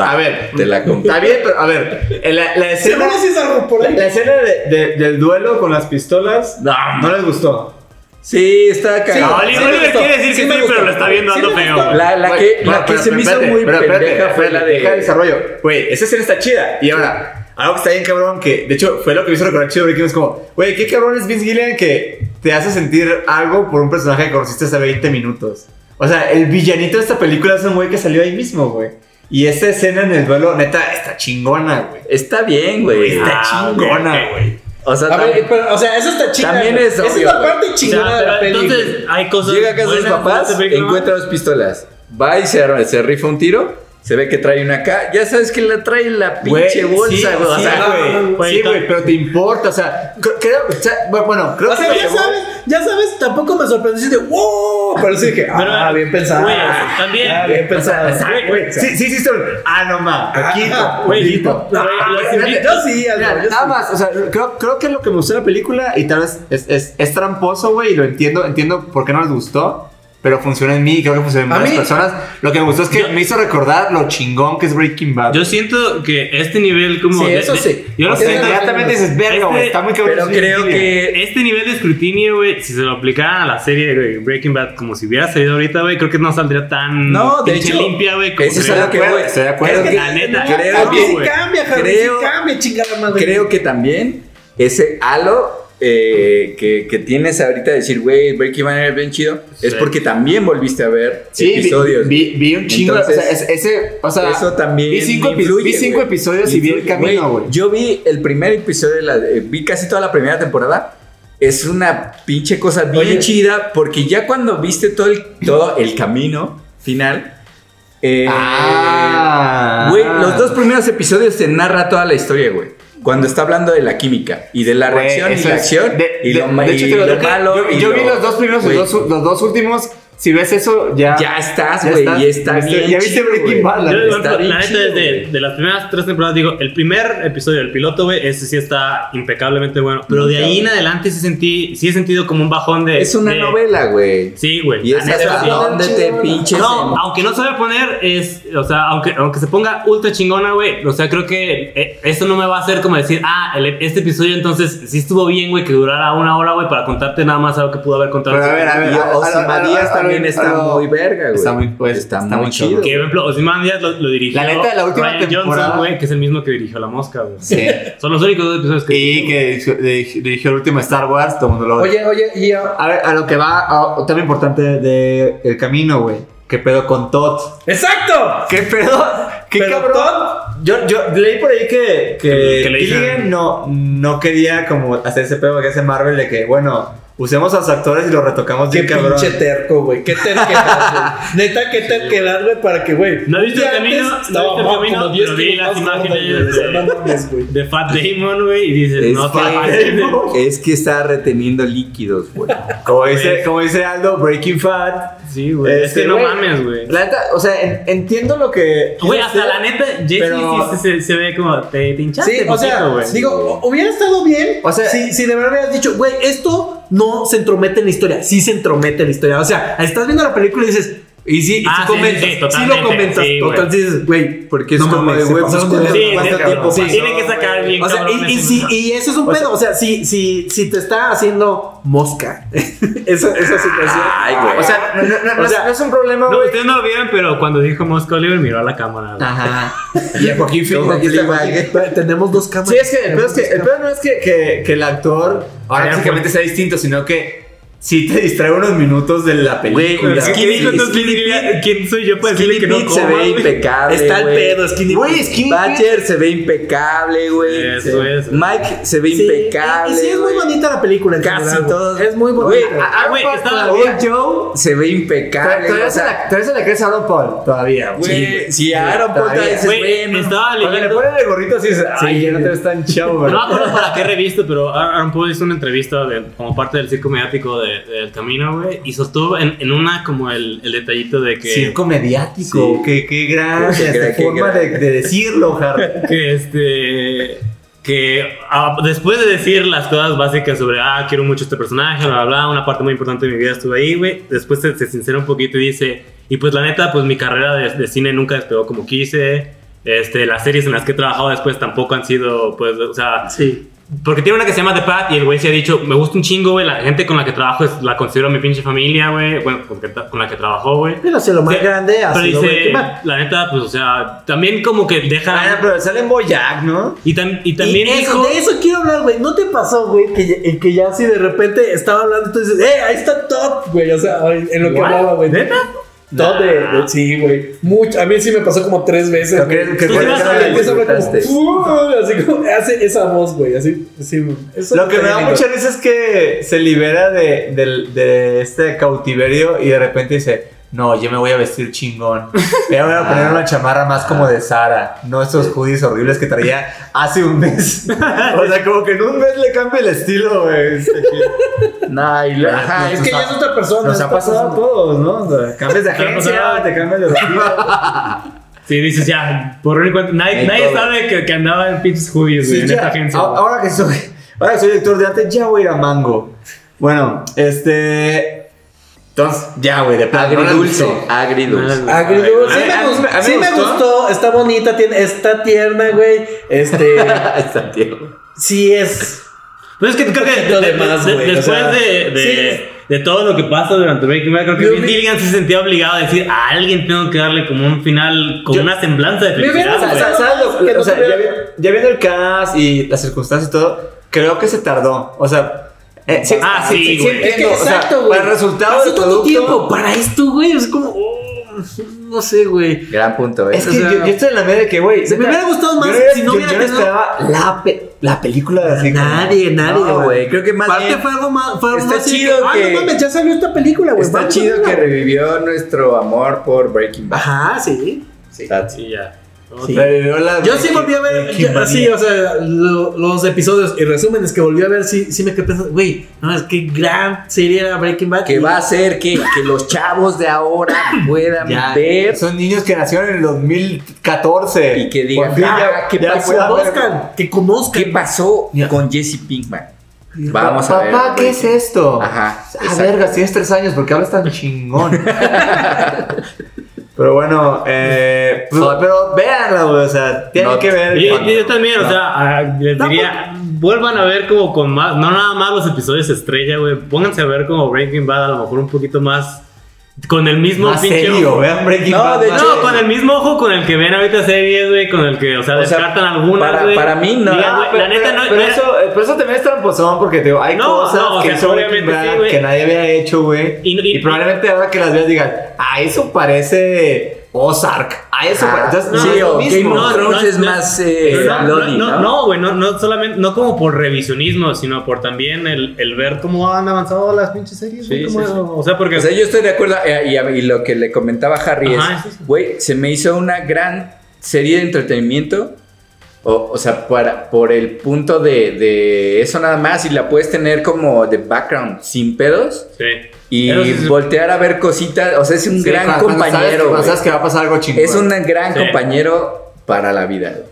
S5: va,
S3: A ver.
S5: te la compro.
S3: Está bien, pero a ver, en la, la escena,
S4: Seguro sí es algo por
S3: la,
S4: ahí.
S3: la escena de- de- del duelo con las pistolas
S5: No,
S3: no les gustó.
S5: Sí, está
S1: No,
S5: cagado.
S1: Oliver
S4: sí me
S1: Oliver
S4: gustó,
S1: quiere decir
S4: sí
S1: que
S4: me
S1: sí, pero
S4: gustó.
S1: lo está viendo
S4: Sí
S1: dando
S4: me
S1: feo.
S4: gustó.
S1: güey.
S5: la, la
S3: Güey,
S5: que,
S3: bueno,
S5: la que
S3: pero
S5: se me hizo
S3: espérate,
S5: muy
S3: pero espérate,
S5: pendeja fue la
S3: espérate, Deja el
S5: de.
S3: desarrollo. Güey, esa escena está chida. Y ahora, algo que está bien cabrón, que de hecho fue lo que me hizo recordar chido Breaking Bad, es como, güey, qué cabrón es Vince Gillian que te hace sentir algo por un personaje que conociste hace 20 minutos. O sea, el villanito de esta película es un güey que salió ahí mismo, güey. Y esta escena en el duelo, neta, está chingona, güey.
S5: Está bien, güey.
S3: Está
S1: Ah,
S3: chingona,
S1: ok,
S3: güey.
S5: O sea,
S4: A ver,
S5: también-
S4: pero, o sea, esa está chida.
S5: También
S4: güey.
S5: es
S4: Esa es
S5: obvio,
S4: la
S5: güey.
S4: parte
S1: O sea,
S4: chingona de la
S1: pero
S4: peli.
S1: Entonces, hay cosas.
S5: Llega a casa de sus
S1: buenas de
S5: papás,
S1: esta película.
S5: encuentra dos pistolas. Va y se, arma- se rifa un tiro. Se ve que trae una acá. Ya sabes que la trae en la pinche
S3: Güey,
S5: bolsa,
S3: sí,
S5: güey. o
S3: sí,
S5: sea,
S3: güey.
S4: no, no,
S1: güey,
S3: Sí,
S1: no.
S3: güey, pero te importa. O sea, cre- creo. o sea, bu- bueno, creo
S4: O sea,
S3: que.
S4: ya sabes, ya sabes, tampoco me sorprendiste. ¡Wow!
S5: Pero sí dije,
S1: Pero,
S5: ah, bien pensado.
S1: güey, también.
S5: Ah, bien pensado.
S3: Güey, sí, sí, sí, son- Ah, no más. Poquito.
S1: Güey,
S3: poquito.
S1: pero
S5: Ah,
S4: Ah,
S1: los invito-
S5: Yo sí, Aldo,
S3: Mira,
S5: yo
S3: nada
S5: sí.
S3: más, o sea, creo, creo que lo que me gustó de la película, y tal vez es, es, es tramposo, güey, y lo entiendo, entiendo por qué no les gustó, pero funciona en mí, y creo que funciona en
S5: A
S3: varias
S5: mí-
S3: personas. Lo que me gustó es que me hizo recordar lo chingón que es Breaking Bad.
S1: Yo siento que este nivel como...
S5: Sí,
S1: de-
S5: eso
S1: de-
S5: sí.
S1: Yo lo
S3: O sea,
S1: siento-
S3: inmediatamente dices, verga, güey,
S1: Este-
S3: está muy cabrón.
S5: Pero
S3: es
S5: creo
S3: Virginia".
S5: que.
S1: Este nivel de escrutinio, güey, si se lo aplicara a la serie de Breaking Bad como si hubiera salido ahorita, güey, creo que no saldría tan
S5: No, de
S1: pinche
S5: hecho,
S1: limpia, güey, como
S5: Eso es
S1: se
S5: a
S1: ve.
S5: lo que voy.
S3: Estoy de acuerdo.
S5: Creo que-
S1: La neta,
S5: creo
S1: no,
S4: Aquí sí
S1: güey.
S4: cambia, Javi,
S5: Creo-
S4: sí cambia, chingada madre.
S5: creo que también ese halo eh, que, que tienes ahorita de decir, güey, Breaking Bad es bien chido, es
S1: Sí.
S5: porque también volviste a ver
S3: Sí, vi-
S5: episodios.
S3: Vi, vi un chingo. o sea,
S5: Entonces,
S3: es- ese, o sea,
S5: Eso también.
S3: vi cinco, epi-
S5: influye,
S3: vi cinco
S5: güey.
S3: episodios y vi el
S5: Influye,
S3: camino, güey.
S5: Yo vi el primer episodio, de la, eh, vi casi toda la primera temporada. Es una pinche cosa bien
S4: Oye.
S5: chida, porque ya cuando viste todo el, todo el camino final. eh,
S3: Ah.
S5: Güey, los dos primeros episodios te narra toda la historia, güey. Cuando está hablando de la química y de la
S3: Güey,
S5: reacción y
S3: eso
S5: la
S3: es-
S5: acción
S3: de-
S5: y
S3: de-
S5: lo, ma-
S3: de hecho,
S5: y
S3: te lo
S5: lo
S3: dije,
S5: malo.
S3: Yo,
S5: y
S3: yo vi
S5: lo-
S3: los dos primeros y
S5: güey,
S3: los, dos- los dos últimos. Si ves eso, ya.
S5: Ya estás,
S3: ya
S5: güey,
S3: estás-
S5: y está
S3: ya está-
S5: bien.
S3: ya viste
S5: chido,
S3: Breaking
S5: güey.
S3: Bad, la
S1: Yo,
S3: neta,
S1: por
S5: Está
S1: ejemplo,
S5: bien
S1: la neta,
S5: chido,
S1: desde
S5: güey.
S1: de las primeras tres temporadas, digo, el primer episodio del piloto, güey, ese sí está impecablemente bueno. Pero de ahí en adelante sí sentí, sí he sentido como un bajón de.
S5: Es una
S1: de-
S5: novela, güey.
S1: Sí, güey.
S5: Y
S1: la
S5: es
S1: neta,
S5: hasta
S1: sí.
S5: donde te pinches.
S1: No,
S3: eh,
S5: en-
S1: aunque no se va a poner, es, o sea, aunque, aunque se ponga ultra chingona, güey, o sea, creo que eh, esto no me va a hacer como decir, ah, el- este episodio entonces sí estuvo bien, güey, que durara una hora, güey, para contarte nada más algo que pudo haber contado.
S3: Pero a ver, a ver.
S5: Y
S3: a- a-
S5: Ozymandias
S3: a- a-
S5: también
S3: a-
S5: está
S3: a-
S5: muy verga, güey.
S3: Está muy- pues,
S5: Está
S3: está
S5: muy
S3: muy
S5: chido.
S1: Que, por ejemplo, Ozymandias lo, lo dirigió.
S3: La neta, la última
S1: Rian
S3: temporada-
S1: Johnson, güey, que es el mismo que dirigió La Mosca, güey.
S3: Sí.
S1: Son los únicos dos episodios que.
S3: Y que dirigió- dirigió dirigió el último Star Wars, todo el mundo lo odia.
S5: Oye, oye, y
S4: uh,
S5: ah,
S3: A ver, a lo que va, a, tema importante de El Camino, güey. ¿Qué pedo con Todd?
S4: ¡Exacto!
S3: ¿Qué pedo? ¿Qué
S4: Pero
S3: cabrón?
S4: Todd-
S3: Yo, yo leí por ahí que, que,
S1: Que le dicen-
S3: Gilligan no, no quería como hacer ese pedo que hace Marvel de que, bueno, usemos a los actores y los retocamos
S4: Qué
S3: bien cabrón.
S4: pinche terco, güey. Qué terquedad, güey. Neta, qué terquedad, güey, para que, güey.
S1: No he visto
S4: un
S1: el
S4: día
S1: camino,
S4: antes
S1: no he visto
S4: estaba
S1: el
S4: como
S1: camino,
S4: 10
S1: pero vi
S4: kilos
S1: las
S4: más gordo,
S1: imágenes
S4: güey.
S1: de-
S4: No mames, güey.
S1: De Fat Damon, güey, y dices,
S5: Es
S1: no,
S5: que-
S1: Fat Damon.
S5: es que está reteniendo líquidos, güey.
S3: Como dice, como dice Aldo, Breaking Fat.
S1: Sí, güey. Es
S3: Este,
S1: que no
S3: güey,
S1: mames, güey.
S3: La neta, o sea, en- entiendo lo que.
S1: Güey,
S3: quiere
S1: hasta la
S3: hacer,
S1: neta, Jesse
S3: pero-
S1: sí, se, se- se ve como te, te hinchaste.
S4: Sí, o sea,
S1: poquito, güey.
S4: digo, hubiera estado bien
S3: O sea-
S4: si, si de verdad hubieras dicho, güey, esto no se entromete en la historia. Sí se entromete en la historia. O sea, estás viendo la película y dices, y sí, y sí
S1: Ah, sí,
S4: comentas.
S1: sí,
S4: Sí,
S1: sí,
S4: lo
S1: totalmente,
S4: comentas.
S1: sí, güey.
S4: total, sí dices, güey,
S5: Porque es
S4: No
S5: como de,
S4: mames, se
S5: güey,
S4: pasaron
S5: pues,
S4: de
S5: ¿cuánto-
S1: Sí,
S5: cuánto
S1: sí,
S5: tiempo
S1: sí,
S5: pasó,
S1: tiene que sacar
S5: güey?
S1: bien.
S4: O sea,
S1: cabrón
S4: y, y
S1: ese
S4: si-
S1: mensaje.
S4: y eso es un pedo. O sea, si, si, si te está haciendo mosca, esa, esa situación.
S5: Ay, güey.
S3: O sea, no, no- no- no es-
S4: sea,
S3: no es un problema,
S1: No,
S3: güey.
S1: ustedes no lo vieron, pero cuando dijo Moscow Oliver miró a la cámara. güey.
S3: Ajá. Y a Joaquín
S5: Ojo,
S3: Phoenix.
S5: Fleabag.
S4: Tenemos dos cámaras.
S3: Sí, es que el pedo, es que, el pedo no es que, que- que el actor prácticamente sea distinto, sino que sí te distrae unos minutos de la película.
S5: Güey, es
S1: ¿Quién dijo entonces quién diría- quién soy yo para decirle
S5: Skinny
S1: que no
S5: Pete se
S1: coma,
S5: ve
S1: güey?
S5: impecable.
S4: Está el
S5: güey.
S4: pedo, Skinny
S3: Güey,
S4: Pete.
S3: Skinny
S5: Badger se ve impecable, güey.
S1: Eso es, güey.
S5: Mike se ve
S4: Sí,
S5: impecable.
S4: Y sí, es muy
S5: güey.
S4: bonita la película. en
S5: Casi
S4: general, güey.
S5: todos.
S4: Es muy
S5: Güey,
S4: bonita.
S1: Ah, güey, estaba
S3: Old
S1: bien.
S3: Joe.
S5: Se ve impecable.
S3: Todavía,
S5: o
S3: se
S5: sea,
S3: la, todavía se la crees a Aaron Paul. Todavía.
S5: Güey, si a Aaron Paul
S3: Todavía.
S5: te dices,
S1: Güey,
S5: güey, no-
S1: estaba
S3: Cuando le
S1: leyendo.
S3: ponen el gorrito así, dices, ay, ya no te ves tan chavo,
S1: No me
S3: ¿verdad?
S1: acuerdo para qué revista, pero Aaron Paul hizo una entrevista de- como parte del circo mediático de- del camino, güey. Y sostuvo en, en una como el, el detallito de que.
S3: Circo
S5: Sí.
S3: mediático. Qué, qué gran
S5: Qué
S3: este,
S5: gran- qué
S3: forma
S5: gran.
S3: de, de decirlo, Harry.
S1: que este que ah, después de decir las cosas básicas sobre ah quiero mucho este personaje bla bla, bla una parte muy importante de mi vida estuvo ahí güey después se, se sincera un poquito y dice y pues la neta pues mi carrera de, de cine nunca despegó como quise este las series en las que he trabajado después tampoco han sido pues o sea
S4: Sí.
S1: porque tiene una que se llama The Pat y el güey se ha dicho, me gusta un chingo, güey, la gente con la que trabajo es, la considero mi pinche familia, güey, bueno, con, que ta- con la que trabajó, güey.
S4: Pero si lo más
S1: Sí,
S4: grande ha
S1: Pero
S4: sido
S1: dice,
S4: Breaking Bad.
S1: la neta, pues, o sea, también como que deja...
S3: Ah, pero sale en Boyac, ¿no?
S1: Y, tam- y también
S4: Y eso,
S1: dijo...
S4: de eso quiero hablar, güey. ¿No te pasó, güey, que, ya- que ya así de repente estaba hablando y tú dices, ¡eh, ahí está Todd, güey! O sea, ay, en lo que
S1: ¿What?
S4: hablaba, güey.
S1: ¿Neta?
S4: Todd de, de- Sí, güey. Mucho. A mí sí me pasó como tres veces.
S3: Pero
S4: güey.
S3: que- que-
S4: Tú te
S1: que-
S4: vas a
S1: que-
S4: ver,
S1: que-
S4: empieza a hablar como,
S3: este.
S5: disfrutaste.
S4: "Fu", Así como hace esa voz, güey. Así, así. güey. Eso
S3: Lo que me da
S4: está
S3: mucha
S4: lindo.
S3: risa es que se libera de, del- de este cautiverio y de repente dice, No, yo me voy a vestir chingón. Me voy a poner
S5: Ah.
S3: una chamarra más como de Sara. No esos hoodies horribles que traía hace un mes. O sea, como que en un mes le cambia el estilo, güey. Este,
S5: No, y la-
S3: Ajá,
S5: Ajá,
S3: nos
S5: es que ya
S3: pasa-
S5: es otra persona.
S3: nos
S5: es
S3: ha
S5: otra
S3: pasado
S5: persona.
S3: a todos, ¿no? O sea, cambias de
S5: pues,
S3: agencia, te cambias de estilo.
S1: Sí, dices ya, por un cuenta. Nadie,
S5: Ey,
S1: nadie
S5: todo.
S1: sabe que, que andaba en pinches hoodies, güey,
S3: Sí,
S1: en
S3: ya.
S1: esta agencia.
S4: Ah,
S3: A- Ahora que soy, ahora que soy director de arte, ya voy a ir a Mango. Bueno, este. Entonces, ya, güey, de plano. no la
S5: Agridulce.
S3: uso.
S5: Agridulce.
S1: No,
S4: Agridulce. Sí,
S3: A mí- a
S4: me,
S3: mí-
S4: gustó,
S3: a mí
S4: sí
S3: me
S4: me
S3: gustó.
S4: gustó, está bonita, tiene, está tierna, güey. Este,
S3: Está tierno.
S4: sí es.
S1: Pero Pues es que creo que
S4: poquito de
S1: de-
S4: más,
S1: de-
S4: güey, o
S1: después
S4: sea,
S1: de, de,
S4: sí.
S1: de todo lo que pasa durante Breaking Bad, creo que
S4: Yo
S1: Vince
S4: vi-
S1: Gilligan se sentía obligado a decir a alguien tengo que darle como un final, con
S4: Yo-
S1: una semblanza de
S4: Me hubiera
S1: felicidad.
S3: O
S1: güey.
S3: sea,
S4: No,
S3: ¿sabes lo-
S4: Ah, que no
S3: o sea, ya,
S4: tuviera-
S3: vi- ya viendo el cast y las circunstancias y todo, creo que se tardó. O sea, eh, sí,
S1: Ah, sí, güey. Es que
S3: entiendo, o sea, para el resultado
S4: Pasó
S3: del
S4: tanto
S3: producto-
S4: tiempo para esto, güey. Es como, oh, no sé, güey.
S5: Gran punto, ¿eh?
S3: Es que
S4: o sea,
S3: yo, yo estoy en la media de que, güey.
S4: se me
S3: neta,
S4: hubiera gustado
S3: yo
S4: más
S3: hubiera-
S4: si no
S3: yo-
S4: hubiera
S3: Yo no
S4: tenido-
S3: esperaba la, pe- la película de así. como-
S4: Nadie, nadie,
S5: No,
S4: güey.
S5: Creo que más
S4: Aparte
S5: bien
S4: fue algo más. Fue algo
S5: está
S4: más así
S5: chido
S4: ah,
S5: que-
S4: no mames, ya salió esta película, güey.
S5: está
S4: vamos a
S5: chido
S4: verla,
S5: que
S4: güey.
S5: revivió nuestro amor por Breaking Bad.
S4: Ajá, sí. sí.
S5: That's it.
S1: Sí, ya. No,
S4: Sí.
S3: Revivió la-
S4: Yo sí volví a ver,
S3: Breaking
S4: yo-
S3: Bad.
S4: sí, o sea, lo- los episodios y resúmenes que volví a ver, sí, sí me quedé pensando, güey, no es que gran serie era Breaking Bad.
S5: Que
S4: Y-
S5: va a hacer que, que los chavos de ahora puedan
S3: Ya,
S5: ver.
S3: Son niños que nacieron en el 2014.
S5: Y que digan,
S3: Por fin
S5: "Ah, ¿qué pasó?"
S3: fue a ver-
S4: Conozcan, que conozcan.
S5: ¿Qué pasó
S3: Ya.
S5: con Jesse Pinkman?
S3: Pa-
S5: Vamos a ver.
S3: Papá, ¿qué es esto?
S5: Ajá,
S3: A
S5: exacto.
S3: verga, tienes tres años, ¿por qué hablas tan chingón? pero bueno, eh, pues, pero véanla, güey, o sea, tienen
S5: No.
S3: que ver.
S1: Y-
S3: cuando-
S1: y yo también, o
S3: No.
S1: sea, ah, les diría, vuelvan a ver como con más, no nada más los episodios estrella, güey, pónganse a ver como Breaking Bad, a lo mejor un poquito más, con el mismo
S3: más
S1: pinche
S3: serio,
S1: ojo.
S3: vean Breaking
S5: No,
S3: Bad.
S5: de
S3: más-
S1: No, con el mismo ojo con el que ven ahorita series, güey, con el que, o sea,
S5: O sea,
S1: descartan algunas,
S5: para-
S1: güey.
S5: para mí, no.
S1: Digan, güey,
S3: Ah, pero,
S1: la neta no,
S3: pero
S1: no era-
S3: eso, eh, pero eso también es tramposón porque te digo, hay
S1: No,
S3: cosas
S1: no, o
S3: que
S1: sea,
S3: son Breaking
S1: obviamente
S3: Bad
S1: sí, güey.
S3: que nadie había hecho, güey.
S1: Y-
S3: Y,
S1: y-
S3: probablemente ahora que las veas digan, ah, eso parece Ozark. Ah, eso
S5: Ajá.
S3: parece. Entonces,
S5: Sí,
S3: no, es lo
S5: o
S3: mismo.
S5: Game of Thrones es más, eh,
S1: pero no,
S5: Loli,
S1: no,
S5: ¿no?
S1: no, no, güey, no, no solamente, no como por revisionismo, sino por también el, el ver cómo han avanzado las pinches series, güey,
S5: Sí,
S1: cómo-
S5: sí, sí.
S1: o sea, porque
S5: O sea, yo estoy de acuerdo. eh, y, a- y lo que le comentaba Harry
S1: Ajá,
S5: es:
S1: es eso.
S5: güey, se me hizo una gran serie de entretenimiento. O, o sea, para, por el punto de, de eso nada más. Y la puedes tener como de background, sin pedos.
S1: sí.
S5: Y
S1: Pero sí, sí.
S5: voltear a ver cositas. O sea, es un
S3: Sí,
S5: gran
S3: cuando- cuando sabes que-
S5: compañero.
S3: cuando
S5: güey.
S3: sabes que va a pasar algo chingón.
S5: Es un gran
S1: Sí.
S5: compañero para la vida. güey.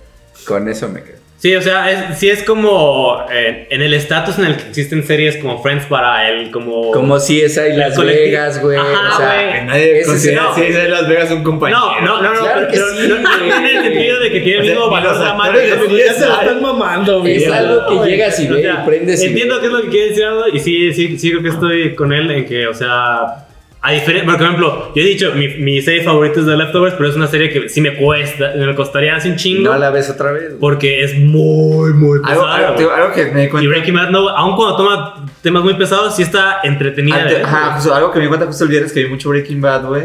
S5: Con eso me quedo.
S1: Sí, o sea, es, sí es como eh, en el estatus en el que existen series como Friends para el como...
S5: Como si esa y
S1: La
S5: Las
S1: colecti-
S5: Vegas, güey.
S1: Ajá,
S5: O sea,
S1: güey.
S3: Nadie
S5: Ese
S3: considera
S1: sí, no.
S3: si es de Las Vegas un compañero.
S1: no, no, no, no,
S5: Claro
S1: pero,
S5: que
S1: pero
S5: sí,
S1: no, no
S5: güey.
S1: en el sentido de que tiene
S3: O
S1: el
S3: sea,
S1: mismo
S3: y
S1: valor
S3: los
S1: dramático.
S3: actores
S1: güey,
S3: sí
S1: ya se lo
S3: están-
S1: están
S4: mamando,
S5: güey. Es
S1: Ya,
S5: algo que
S1: güey.
S5: llegas y
S1: eh, O
S5: ve
S1: sea,
S5: y prendes y-
S1: Entiendo qué es lo que quiere decir Aldo, y sí, sí, sí creo que estoy con él en que, o sea, a diferencia, por ejemplo, yo he dicho, mi, mi serie favorita es The Leftovers, pero es una serie que sí me cuesta, me costaría hace un chingo,
S5: no la ves otra vez. güey.
S1: porque es muy, muy
S3: Algo,
S1: pesada.
S3: algo,
S1: güey.
S3: tío, algo que me di
S1: y
S3: cuenta.
S1: Breaking Bad, no, aun cuando toma temas muy pesados, sí está entretenida. de
S3: Ante-
S1: ver,
S3: ajá,
S1: güey.
S3: justo, algo que me di cuenta justo el viernes que vi mucho Breaking Bad, güey.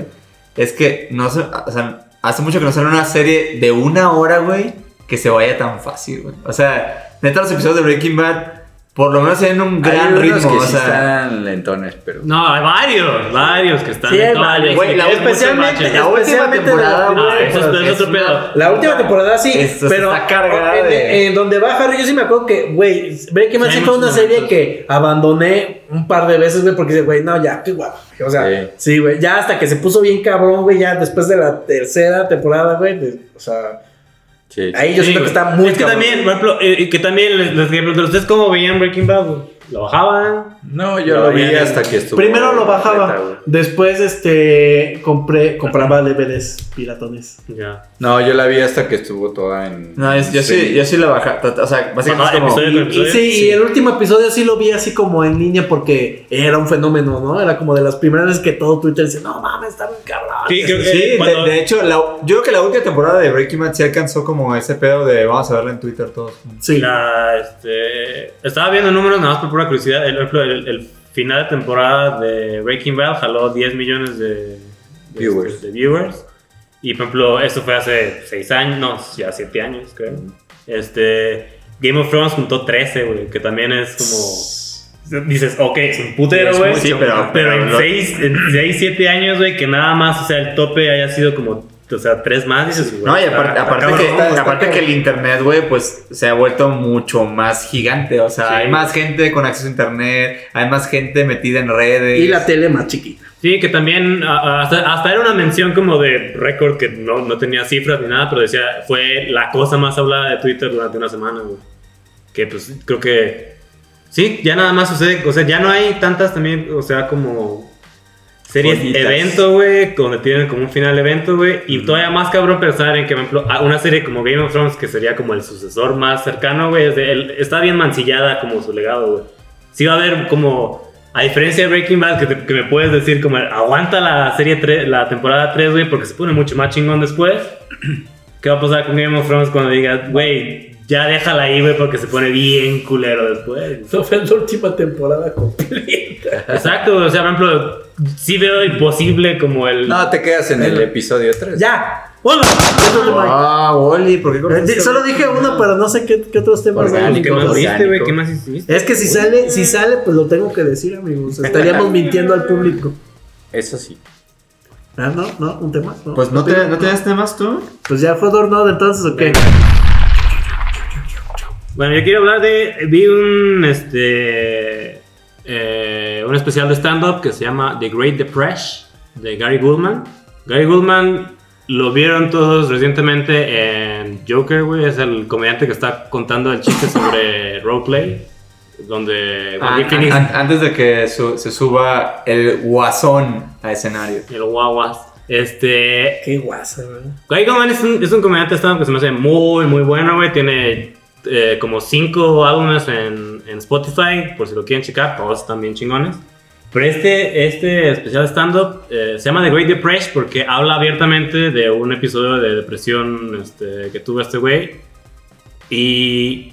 S3: Es que no se- o sea, hace mucho que no sale una serie de una hora, güey, que se vaya tan fácil, güey. O sea, neta, los episodios de Breaking Bad, por lo menos tienen un gran
S5: Hay unos
S3: ritmo,
S5: que
S3: o
S5: sí
S3: sea.
S5: están lentones, pero.
S1: No, hay varios, varios que están
S5: Sí, hay
S1: en todas
S5: varios,
S1: las-
S3: Güey, la,
S1: hay muchos
S3: especialmente,
S1: baches.
S3: la última
S4: especialmente
S3: temporada,
S4: la-
S1: Ah,
S3: güey,
S1: eso es- pero es
S3: es
S1: otro
S3: una-
S1: pedo.
S4: La última temporada sí,
S3: Esto
S4: pero
S3: está cargada
S4: en,
S3: de-
S4: en donde va Harry, yo sí me acuerdo que, güey, Breaking Bad
S1: Sí,
S4: sí
S1: hay
S4: fue una
S1: muchos
S4: serie
S1: momentos.
S4: que abandoné un par de veces, güey, porque, güey, no, ya, qué guapo. O sea,
S5: Sí.
S4: sí, güey, ya hasta que se puso bien cabrón, güey, ya después de la tercera temporada, güey, de- o sea,
S5: Sí.
S4: ahí yo
S1: Sí,
S4: siento que
S1: güey.
S4: está muy
S1: Es que
S4: cabrón.
S1: también, por ejemplo, eh, que también les, les quería preguntar, ¿ustedes cómo veían Breaking Bad? güey? ¿Lo bajaban?
S5: No, yo
S1: No,
S5: lo vi
S1: ya-
S5: hasta que estuvo.
S4: Primero lo
S5: completa,
S4: bajaba,
S5: güey.
S4: después este compré compraba DVDs piratones.
S1: Ya.
S5: No, yo la vi hasta que estuvo toda en.
S3: No, es- yo sí, yo sí la bajé. O sea,
S1: Bajaba
S3: básicamente es como.
S1: episodio
S4: Y,
S1: con episodio.
S4: y sí, y el último episodio sí lo vi así como en línea porque era un fenómeno, ¿no? Era como de las primeras veces que todo Twitter dice, no mames, está bien cabrón.
S1: Sí, creo que
S3: Sí, de,
S1: cuando-
S3: de hecho, la- yo creo que la última temporada de Breaking Bad sí alcanzó como ese pedo de vamos a verla en Twitter todos.
S4: Sí.
S1: la, este, estaba viendo números nada más por pura curiosidad. El, el, el- el final de temporada de Breaking Bad jaló 10 millones de, de-
S5: Viewers.
S1: de viewers. Y por ejemplo, eso fue hace 6 años, no, ya 7 años, creo. Este, Game of Thrones juntó 13, güey, que también es como. Dices, ok, es un putero,
S5: Es
S1: güey.
S5: mucho,
S3: Sí, pero-
S1: Pero en
S3: lo-
S1: 6, en 7 años, güey, que nada más, o sea, el tope haya sido como, o sea, 3 más, dices, güey.
S3: No, y
S1: está-
S3: aparte,
S1: está
S3: aparte
S1: cabrón,
S3: que,
S1: güey.
S3: aparte que el internet, güey, pues se ha vuelto mucho más gigante. O sea,
S1: Sí.
S3: hay más gente con acceso a internet, hay más gente metida en redes.
S4: Y la tele más chiquita.
S1: Sí, que también a- a- hasta, hasta era una mención como de récord que no, no tenía cifras ni nada, pero decía, fue la cosa más hablada de Twitter durante una semana, güey. Que pues creo que... Sí, ya nada más sucede, o sea, ya no hay tantas también, o sea, como series
S5: Joyitas.
S1: evento, güey, donde tienen como un final evento, güey, y todavía más cabrón pensar en que, por ejemplo, a- una serie como Game of Thrones, que sería como el sucesor más cercano, güey, es de- el- está bien mancillada como su legado, güey. Sí va a haber como, a diferencia de Breaking Bad, que, te- que me puedes decir como, aguanta la serie 3, la temporada 3, güey, porque se pone mucho más chingón después. ¿Qué va a pasar con Game of Thrones cuando digas, güey, ya déjala ahí, güey, porque se pone bien culero después?
S4: Eso fue la última temporada completa.
S1: Exacto, o sea, por ejemplo, sí veo imposible como el...
S5: No, te quedas en el episodio 3.
S4: ¡Ya!
S1: ¡Hola!
S3: Ah, Oli, ¿por qué cortaste?
S4: Eh, Solo dije uno, pero no sé qué, qué otros temas
S5: Orgánico.
S1: ¿Qué más
S5: orgánico.
S1: viste, güey? ¿Qué más hiciste?
S4: Es que si sale, si sale, pues lo tengo que decir, amigos. Estaríamos mintiendo al público.
S5: Eso sí.
S4: Ah, no, no, un tema. No.
S3: Pues no, te, ¿no tenías temas tú?
S4: Pues ya fue Dornod entonces, ¿o qué?
S1: Bueno, yo quiero hablar de. Vi un. Este. eh, un especial de stand-up que se llama The Great Depression de Gary Goldman. Gary Goldman lo vieron todos recientemente en Joker, güey. Es el comediante que está contando el chiste sobre roleplay. Donde
S3: Ah,
S1: Joaquin Phoenix-
S3: an- antes de que su- se suba el guasón a escenario.
S1: el guaguas. Este.
S4: Qué guasa, güey.
S1: Guy Goldman es un, es un comediante stand que se me hace muy, muy bueno, güey. Tiene eh, como cinco álbumes en, en Spotify, por si lo quieren checar, todos están bien chingones. Pero este, este especial stand-up eh, se llama The Great Depression porque habla abiertamente de un episodio de depresión este, que tuvo este güey. Y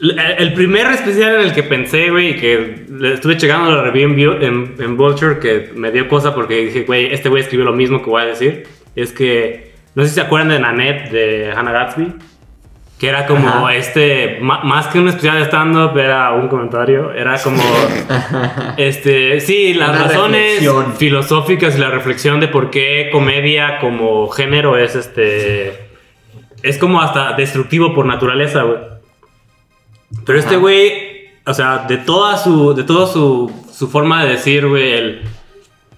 S1: el- eh, el primer especial en el que pensé, güey, y que le estuve checando la review en, Vio- en- en Vulture, que me dio cosa porque dije, güey, este güey escribió lo mismo que voy a decir, es que, no sé si se acuerdan de Nanette de Hannah Gatsby, que era como
S3: Ajá.
S1: este, ma- más que un especial de stand-up, era un comentario, era como, este, sí, las
S3: Una
S1: razones
S3: reflexión.
S1: filosóficas y la reflexión de por qué comedia como género es este, es como hasta destructivo por naturaleza, güey. Pero este güey, o sea, de toda su, de todo su, su forma de decir, güey, el,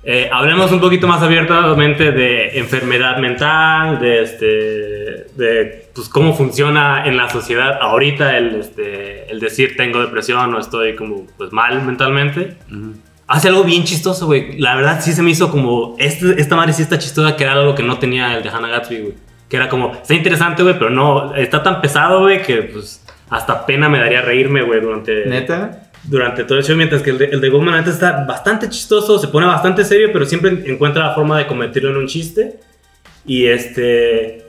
S1: eh, hablemos un poquito más abiertamente de enfermedad mental, de este, de pues cómo funciona en la sociedad ahorita el, este, el decir tengo depresión o estoy como pues mal mentalmente. Hace algo bien chistoso, güey. La verdad sí se me hizo como este- esta madre sí está chistosa que era algo que no tenía el de Hannah Gatsby, güey. Que era como está interesante, güey, pero no está tan pesado, güey, que pues hasta pena me daría reírme, güey, durante
S3: ¿Neta?
S1: durante todo el show, mientras que el de, el de Goldman antes está bastante chistoso, se pone bastante serio, pero siempre encuentra la forma de convertirlo en un chiste. Y este,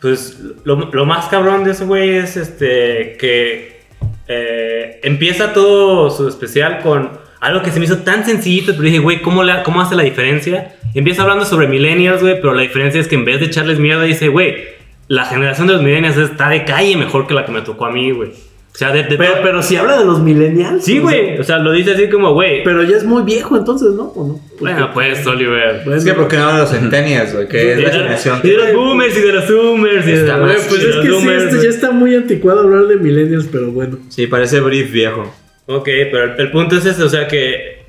S1: pues lo, lo más cabrón de ese güey es este, que eh, empieza todo su especial con algo que se me hizo tan sencillito, pero dije, güey, ¿cómo, la- ¿cómo hace la diferencia? Empieza hablando sobre millennials, güey, pero la diferencia es que en vez de echarles mierda, dice, güey, la generación de los millennials está de calle mejor que la que me tocó a mí, güey. O sea, de, de
S4: Pero, pero si habla de los millennials.
S1: Sí,
S4: o sea,
S1: güey. O sea, lo dice así como, güey.
S4: Pero ya es muy viejo entonces, ¿no? ¿O no?
S1: Bueno, pues, Oliver.
S4: Bueno,
S3: Es que porque no de los centenials, güey, que es
S1: Y
S3: la
S1: de-
S3: generación.
S1: y de los boomers y de los zoomers y de
S3: Está
S1: los
S3: más
S1: güey,
S4: pues
S1: y de
S4: es
S1: los
S4: que sí,
S1: zoomers,
S4: este
S1: güey.
S4: ya está muy anticuado hablar de millennials, pero bueno.
S3: Sí, parece brief viejo.
S1: Ok, pero el, el punto es ese, o sea que,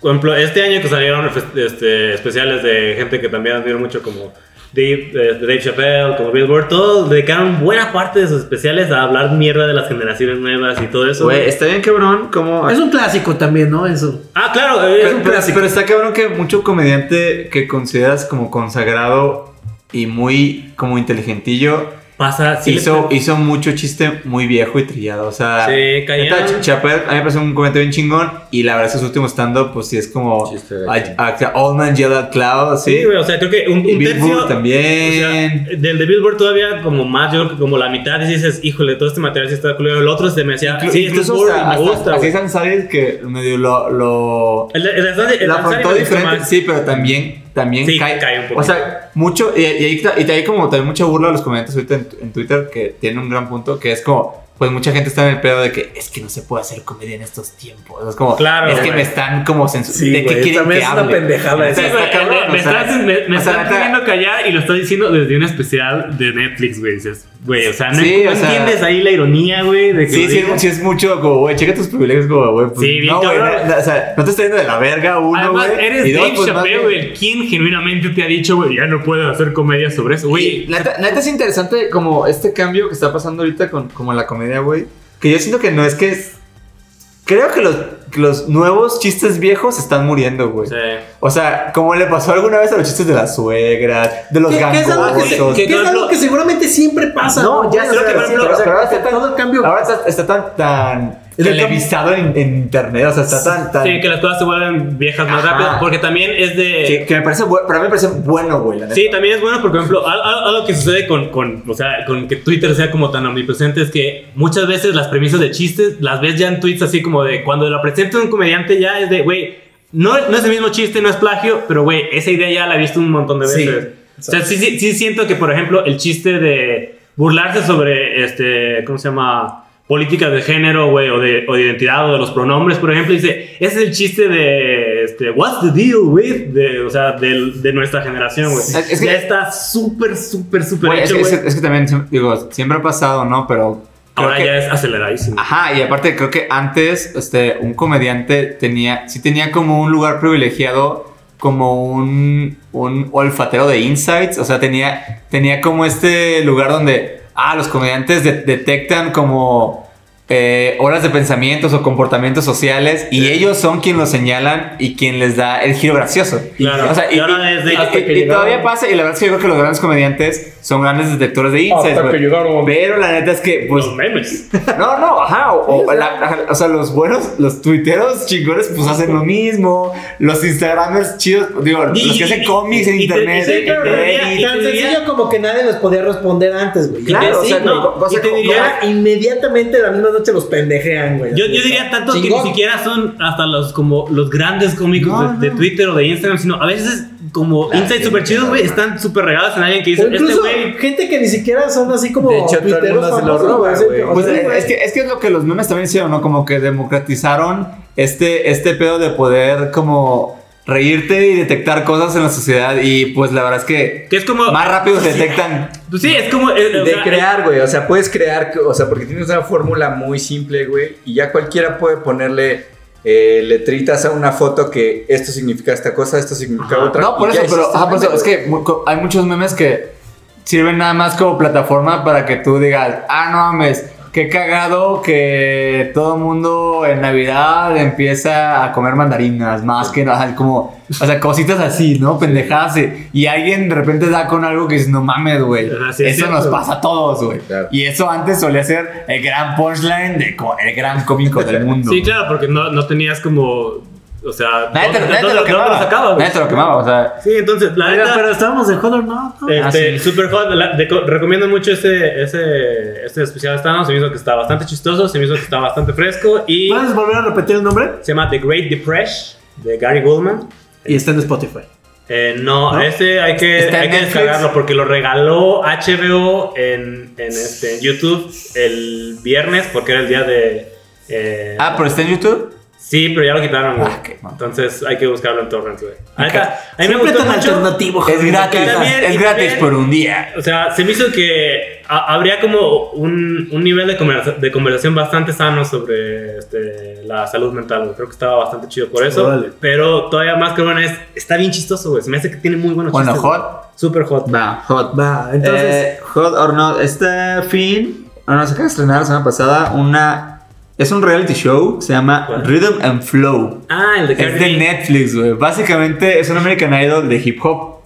S1: por ejemplo, este año que salieron este, especiales de gente que también admiro mucho como Dave, eh, Dave Chappelle, como Bill Burr, todos dedicaron buena parte de sus especiales a hablar mierda de las generaciones nuevas y todo eso.
S3: Güey, este- está bien cabrón como...
S4: Es un clásico también, ¿no? Eso.
S1: Ah, claro, eh, es
S3: Pero,
S1: un
S3: pero-
S1: clásico.
S3: pero está cabrón que mucho comediante que consideras como consagrado y muy como inteligentillo
S1: Pasa, sí. le-
S3: hizo, hizo mucho chiste muy viejo y trillado. O sea,
S1: Sí, caían.
S3: neta, Ch- Chappelle a mí me parece un comentario bien chingón y la verdad es que su último stand-up pues sí es como
S5: Chiste de
S3: a- a- Old Man Yelled at Cloud, sí.
S1: Sí, güey, o sea, creo que un, un
S3: Y Bill
S1: tercio...
S3: Burr también.
S1: O sea, del de Billboard todavía como más, yo creo que como la mitad y dices, híjole, todo este material sí está culero. El otro se me decía,
S3: Inclu-
S1: sí, esto es
S3: incluso
S1: boring,
S3: hasta-
S1: me
S3: hasta-
S1: gusta.
S3: así
S1: güey.
S3: San Saris que medio lo, lo
S1: El, el, el, el- el
S3: la
S1: Ansari
S3: afrontó
S1: me gusta
S3: diferente,
S1: más.
S3: sí, pero también, también
S1: Sí,
S3: cae,
S1: cae un poquito.
S3: O sea, mucho, y, y, ahí, y ahí como también mucha burla de los comediantes ahorita en, en Twitter que tiene un gran punto, que es como, pues mucha gente está en el pedo de que es que no se puede hacer comedia en estos tiempos. Es como,
S1: Claro,
S3: es que
S1: güey.
S3: me están como
S4: Sí,
S3: censurando. ¿De
S4: güey,
S3: qué quieren
S4: también
S3: que
S4: es una
S3: hable?
S4: pendejada
S3: Está-
S4: esa.
S3: está cabrón,
S1: eh, me, me
S3: o sea,
S1: estás, me, me
S3: o sea,
S1: estás
S3: neta,
S1: pidiendo callar y lo estás diciendo desde un especial de Netflix, güey. Dices, güey, o sea, no,
S3: Sí,
S1: no
S3: o sea-
S1: entiendes ahí la ironía, güey. De que
S3: Sí,
S1: lo
S3: sí,
S1: digas.
S3: es- sí es mucho como, güey, checa tus privilegios como, güey. Pues,
S1: Sí, bien
S3: no, güey,
S1: cabrón.
S3: no, no, o sea, no te está yendo de la verga uno,
S1: Además,
S3: güey.
S1: eres
S3: y dos,
S1: Dave
S3: pues, más
S1: Chappelle,
S3: bien-
S1: güey. ¿Quién genuinamente te ha dicho, güey, ya no puedes hacer comedia sobre eso?
S3: Y
S1: Güey,
S3: Neta, neta es interesante como este cambio que está pasando ahorita con como la comedia, güey. Que yo siento que no es que es... Creo que los, que los nuevos chistes viejos están muriendo, güey.
S1: o sea,
S3: O sea, como le pasó alguna vez a los chistes de la suegra, de los
S4: ¿Qué, qué es algo que,
S3: gangosos.
S4: que- que es algo que seguramente siempre pasa?
S3: No, ya
S4: sé
S3: sé lo que, por ejemplo, o sea, ahora está tan-
S4: todo el cambio.
S3: Ahora está, está tan, tan
S4: El cambio-
S3: televisado en, en internet, o sea, está tan... tan
S1: sí, que las cosas se vuelven viejas más
S3: Ajá.
S1: rápido. Porque también es de.
S3: que, que me parece, bu- para mí me parece bueno, güey. la neta.
S1: Sí, también es bueno, porque, por ejemplo, al- al- algo que sucede con, con, o sea, con que Twitter sea como tan omnipresente es que muchas veces las premisas de chistes las ves ya en tweets así como de cuando la presenta un comediante ya es de, güey, no, no es el mismo chiste, no es plagio, pero, güey, esa idea ya la he visto un montón de
S4: Sí,
S1: veces. o sea, sí, sí, sí siento que, por ejemplo, el chiste de burlarse sobre, este, ¿cómo se llama? Políticas de género, güey, o de, o de identidad, o de los pronombres, por ejemplo, dice, ese es el chiste de, este, what's the deal with, de, o sea, del- de nuestra generación, güey.
S3: Es- es que-
S1: ya está súper, súper, súper
S3: Güey, es,
S1: hecho,
S3: que- es
S1: güey.
S3: que- es que también, siem- digo, siempre ha pasado, ¿no? Pero... creo
S1: Ahora
S3: que-
S1: ya es aceleradísimo.
S3: Ajá, y aparte creo que antes este, un comediante tenía, sí tenía como un lugar privilegiado, como un, un olfatero de insights, o sea, tenía, tenía como este lugar donde, ah, los comediantes de- detectan como eh, horas de pensamientos o comportamientos sociales y ellos son quien los señalan y quien les da el giro gracioso. Y-
S1: Claro.
S3: o sea,
S1: Y ahora desde-
S3: y-
S1: hasta
S3: y-
S1: que
S3: y
S1: llegaron-
S3: todavía pasa y la verdad es que yo creo que los grandes comediantes son grandes detectores
S1: Ah,
S3: de insights.
S5: Hasta que
S3: güey.
S5: llegaron.
S3: Pero la neta es que pues
S1: los memes.
S3: no, no, ajá. O, o la- ajá, o sea, los buenos, los tuiteros chingones, pues hacen lo mismo. Los Instagramers chidos, digo,
S1: Y-
S3: los que hacen
S1: y-
S3: cómics en
S1: y- y-
S3: internet.
S1: y- y- y-
S3: en Reddit.
S1: y-
S4: Tan sencillo como que nadie les podía responder antes, güey.
S3: Claro,
S4: Y
S3: o
S4: que
S3: sea,
S4: sí, no.
S3: co- cosa
S1: y te
S3: co-
S1: diría-
S3: cosa-
S4: Ya inmediatamente la misma noche los pendejean, güey.
S1: Yo, yo diría tanto que
S5: Chingón.
S1: ni siquiera son hasta los como los grandes cómicos
S3: No,
S1: de, de
S3: no.
S1: Twitter o de Instagram, sino a veces como
S5: La
S1: insights
S5: gente,
S1: súper chidos, güey,
S5: no,
S1: están súper regados en alguien que dice,
S4: O incluso
S1: este güey...
S4: gente que ni siquiera son así como
S5: De hecho, todo el
S4: tuiteros
S5: mundo se lo
S4: famosos,
S5: roba,
S4: güey.
S5: güey.
S4: O
S3: Pues
S4: sea,
S3: eh,
S4: güey,
S3: es que, es que es lo que los memes también hicieron, ¿no? Como que democratizaron este, este pedo de poder como reírte y detectar cosas en la sociedad. Y pues la verdad es que
S1: Que es como...
S3: más rápido se detectan.
S1: Pues sí, es como... eh, o
S5: De
S1: sea,
S5: crear, güey. O sea, puedes crear, o sea, porque tienes una fórmula muy simple, güey. Y ya cualquiera puede ponerle eh, letritas a una foto que esto significa esta cosa, esto significa
S1: Ajá.
S5: otra.
S3: No, por
S5: y ya
S3: eso, pero
S5: hiciste
S3: ajá, por
S5: un
S3: eso, es
S5: meme,
S3: que mu- co- hay muchos memes que sirven nada más como plataforma para que tú digas, ah, no mames, qué cagado que todo el mundo en Navidad empieza a comer mandarinas, más que nada, como, o sea, cositas así, ¿no? Pendejadas. Y, y alguien de repente da con algo que dices, no mames, güey.
S1: Ajá, sí, es
S3: Eso nos
S1: cierto.
S3: pasa a todos, güey.
S5: Claro.
S3: Y eso antes solía ser el gran punchline, de, co- el gran cómico del mundo.
S1: Sí, claro, porque no, no tenías como... O sea...
S3: Nadie te,
S1: ¿dónde-
S3: nadie te
S1: dónde-
S3: lo
S1: dónde lo sacaba,
S3: quemaba.
S1: güey?
S3: Nadie te lo quemaba, o sea.
S1: Sí, entonces, la
S4: Oiga,
S1: neta...
S4: pero estábamos de Hodor, no, no.
S1: Este,
S3: Ah, sí.
S1: super hot, la- de- recomiendo mucho ese, ese, este especial de Thanos, se me hizo que está bastante chistoso, se me hizo que está bastante fresco y
S4: ¿Puedes volver a repetir el nombre?
S1: se llama The Great Depression de Gary Goldman.
S4: Y está en Spotify.
S1: Eh, no,
S4: ¿No?
S1: este hay que,
S3: ¿Está en
S1: hay que
S3: Netflix?
S1: descargarlo porque lo regaló HBO en, en, este, en YouTube el viernes porque era el día de... eh,
S3: Ah, pero está en YouTube.
S1: Sí, pero ya lo quitaron, güey.
S3: Ah, qué mal.
S1: Entonces hay que buscarlo en torrents, güey. Ahí
S3: Ok.
S1: está. A mí me
S4: Siempre
S1: gustó
S4: tan
S1: mucho.
S4: alternativo,
S3: Es
S4: Hodor.
S3: gratis,
S1: Y también- y
S3: es gratis
S1: también-
S3: por un día.
S1: O sea, se me hizo que ha- habría como un, un nivel de, conversa- de conversación bastante sano sobre este, la salud mental. güey. Creo que estaba bastante chido por eso.
S4: Órale.
S1: Pero todavía más que bueno es, está bien chistoso, güey. Se me hace que tiene muy buenos
S3: Bueno,
S1: chistes. güey.
S3: hot.
S1: Súper hot.
S3: Va, hot.
S4: Va, entonces.
S3: Eh, hot or not. Este fin, no, nos acaba de estrenar la semana pasada una. Es un reality show, se llama
S1: ¿Cuál?
S3: Rhythm and Flow.
S1: Ah, el de
S3: Es de
S1: Cardi B.
S3: Netflix, güey. Básicamente es un American Idol de hip hop.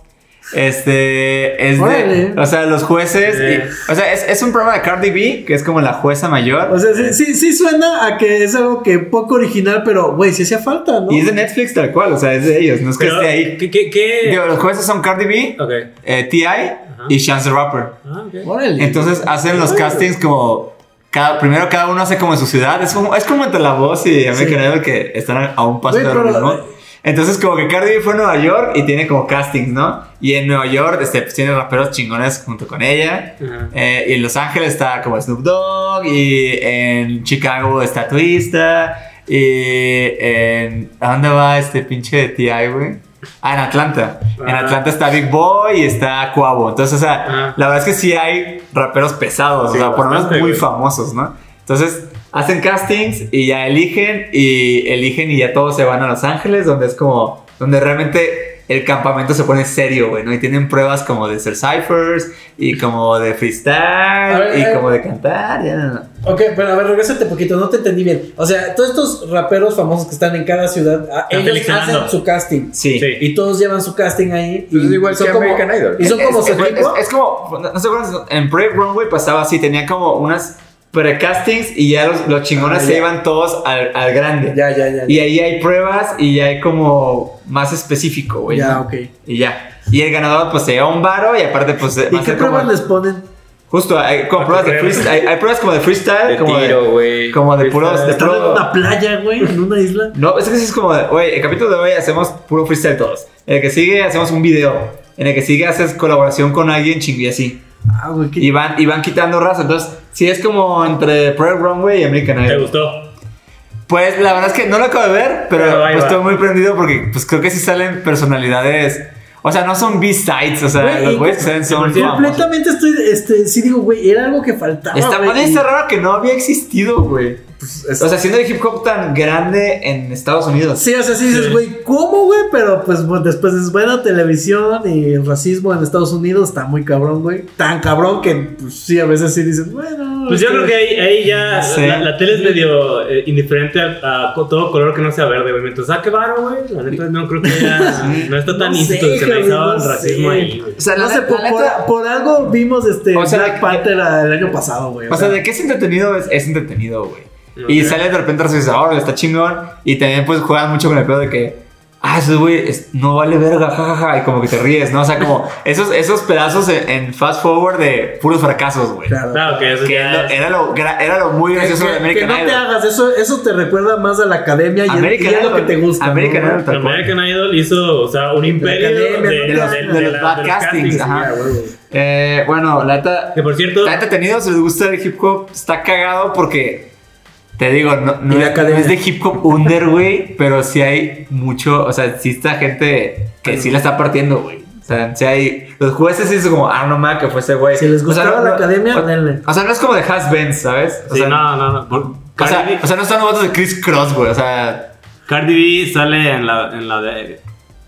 S3: Este es de.
S4: Órale.
S3: O sea, los jueces. y-
S1: Eh.
S3: o sea, es, es un programa de Cardi B, que es como la jueza mayor.
S4: o sea, sí, sí, sí suena a que es algo que poco original, pero, güey, sí hacía falta, ¿no?
S3: y es de Netflix tal cual, o sea, es de ellos, no es que
S1: Pero,
S3: esté ahí.
S1: ¿Qué? qué, qué?
S3: Digo, los jueces son Cardi B,
S1: Ok.
S3: eh, T.I. y Chance the Rapper.
S1: Ah, ok.
S4: Órale.
S3: Entonces hacen los castings como. Cada, primero cada uno hace como en su ciudad. Es como, es como entre la voz y American Idol que están a un paso
S4: Güey,
S3: de lo
S4: pero-
S3: mismo. Entonces, como que Cardi B fue a Nueva York y tiene como castings, ¿no? Y en Nueva York este, pues, tiene raperos chingones junto con ella.
S1: Ajá.
S3: Eh, y en Los Ángeles está como Snoop Dogg. Y en Chicago está Twista. Y en. ¿A dónde va este pinche de T.I., güey? Ah, en Atlanta. En
S1: Ajá.
S3: Atlanta está Big Boy y está Cuavo. Entonces, o sea,
S1: Ajá.
S3: la verdad es que sí hay raperos pesados,
S1: Ah. Sí,
S3: o sea, por lo menos
S1: bastante,
S3: muy
S1: güey.
S3: famosos, ¿no? Entonces, hacen castings y ya eligen y eligen y ya todos se van a Los Ángeles, donde es como, donde realmente el campamento se pone serio, güey, ¿no? Y tienen pruebas como de ser ciphers y como de freestyle
S4: A ver,
S3: y
S4: eh.
S3: como de cantar, ya no, no.
S4: Ok, pero a ver, regresate poquito, no te entendí bien. O sea, todos estos raperos famosos que están en cada ciudad, a-
S1: Están
S4: ellos
S1: seleccionando.
S4: hacen su casting.
S3: Sí.
S1: Sí.
S4: Y todos llevan su casting ahí.
S5: Pues
S4: y
S5: es igual que American Idol.
S4: Y son como
S3: es,
S4: su
S3: es-
S4: equipo.
S3: es- es como, no, no sé cuándo- en Brave Runway pasaba así, tenía como unas precastings y ya los, los chingones
S4: Ah,
S3: se
S4: ya.
S3: iban todos al, al grande.
S4: Ya, ya, ya.
S3: Y ahí hay pruebas y hay como más específico, güey.
S4: ya,
S3: ¿no?
S4: ok. ¿Y
S3: Y ya. Y el ganador pues se lleva un varo y aparte pues... va a
S4: qué
S3: ser
S4: pruebas
S3: como-
S4: les ponen?
S3: Justo, hay como pruebas de
S1: pruebas.
S3: freestyle. Hay, hay pruebas como de freestyle,
S5: De
S3: como,
S5: tiro,
S3: de,
S5: güey.
S3: como de puros... De
S4: Están en
S3: puro-
S4: una playa, güey, en una isla.
S3: No, es que sí es como, de, oye, el capítulo de hoy hacemos puro freestyle todos. En el que sigue hacemos un video. En el que sigue haces colaboración con alguien ching y así.
S4: Ah, güey, qué
S3: Y van, y van quitando raza. Entonces, sí es como entre Pro Runway y American
S1: ¿Te
S3: Idol.
S1: gustó?
S3: Pues la verdad es que no lo acabo de ver, pero,
S1: Pero ahí
S3: pues,
S1: va.
S3: estoy muy prendido porque pues creo que sí salen personalidades. O sea, no son B-sides, o sea,
S4: Güey,
S3: los
S4: y-
S3: güeyes que salen son famosos.
S4: Completamente estoy, este, sí digo, güey, era algo que faltaba.
S3: Está
S4: güey,
S3: padre,
S4: y-
S3: está raro que no había existido, güey.
S4: es-
S3: O sea, siendo el hip hop tan grande en Estados Unidos.
S4: Sí, o sea, sí dices,
S1: Sí.
S4: güey, ¿cómo, güey? Pero pues bueno, después es buena televisión y el racismo en Estados Unidos está muy cabrón, güey. Tan cabrón que, pues sí, a veces sí dices, bueno.
S1: Pues yo
S4: este-
S1: creo que ahí, ahí ya
S3: No sé.
S1: la, la tele es medio eh, indiferente a, a co- todo color que no sea verde, güey. Mientras, ah, qué varo, güey. La neta no creo que ya no está tan
S4: No sé,
S1: institucionalizado
S4: cabrón,
S1: el
S4: no
S1: racismo
S4: sé.
S1: ahí, güey.
S3: O sea,
S4: No
S3: la-
S4: sé,
S3: la
S4: por,
S3: neta-
S4: por- por algo vimos este
S3: O sea,
S4: Black
S3: de-
S4: Panther el año pasado, güey.
S3: o sea, de qué es entretenido es, es entretenido, güey. Y
S1: Ok.
S3: sale de repente ahora está chingón. Y también pues juegan mucho con el pedo de que. Ah, eso güey es- no vale verga, jajaja. Y como que te ríes, ¿no? O sea, como esos, esos pedazos en, en fast forward de puros fracasos, güey.
S4: Claro.
S1: Claro que Ah, eso
S3: Que
S1: ya
S3: era lo-
S1: es-
S3: era, lo, gra- era lo muy
S4: Que,
S3: gracioso de
S4: que- que
S3: American
S4: no te
S3: Idol.
S4: hagas, eso, eso te recuerda más a la academia y, es-
S3: American
S4: y es lo que
S3: Idol.
S4: te gusta.
S3: American
S4: ¿no?
S3: Idol. tal cual.
S1: American Idol hizo, o sea, un imperio
S4: academia,
S1: de, de-
S4: ¿no?
S3: De los-
S1: de-
S3: de
S1: de
S3: los
S1: la-
S3: bad
S1: de los
S3: castings, ajá.
S4: Ah, güey, güey.
S3: Eh, bueno, la neta.
S1: Que por cierto,
S3: La neta, tenido, si les gusta el hip hop, está cagado porque. Te digo, no, no
S4: Y la
S3: es,
S4: academia.
S3: no es de hip hop under, güey, pero sí hay mucho, o sea, sí está gente que sí la está partiendo, güey. O sea, sí hay. Los jueces sí es como, ah, no mames, que fue ese güey.
S4: Si les
S3: gusta
S4: gustaba la academia, denle.
S3: O sea, no es como de has been ¿sabes? O
S1: sí,
S3: sea,
S1: no, no, no. por-
S3: O sea,
S1: Cardi, B-
S3: o sea, no están los votos de Chris Cross, güey. O sea,
S1: Cardi B sale en la, en la de.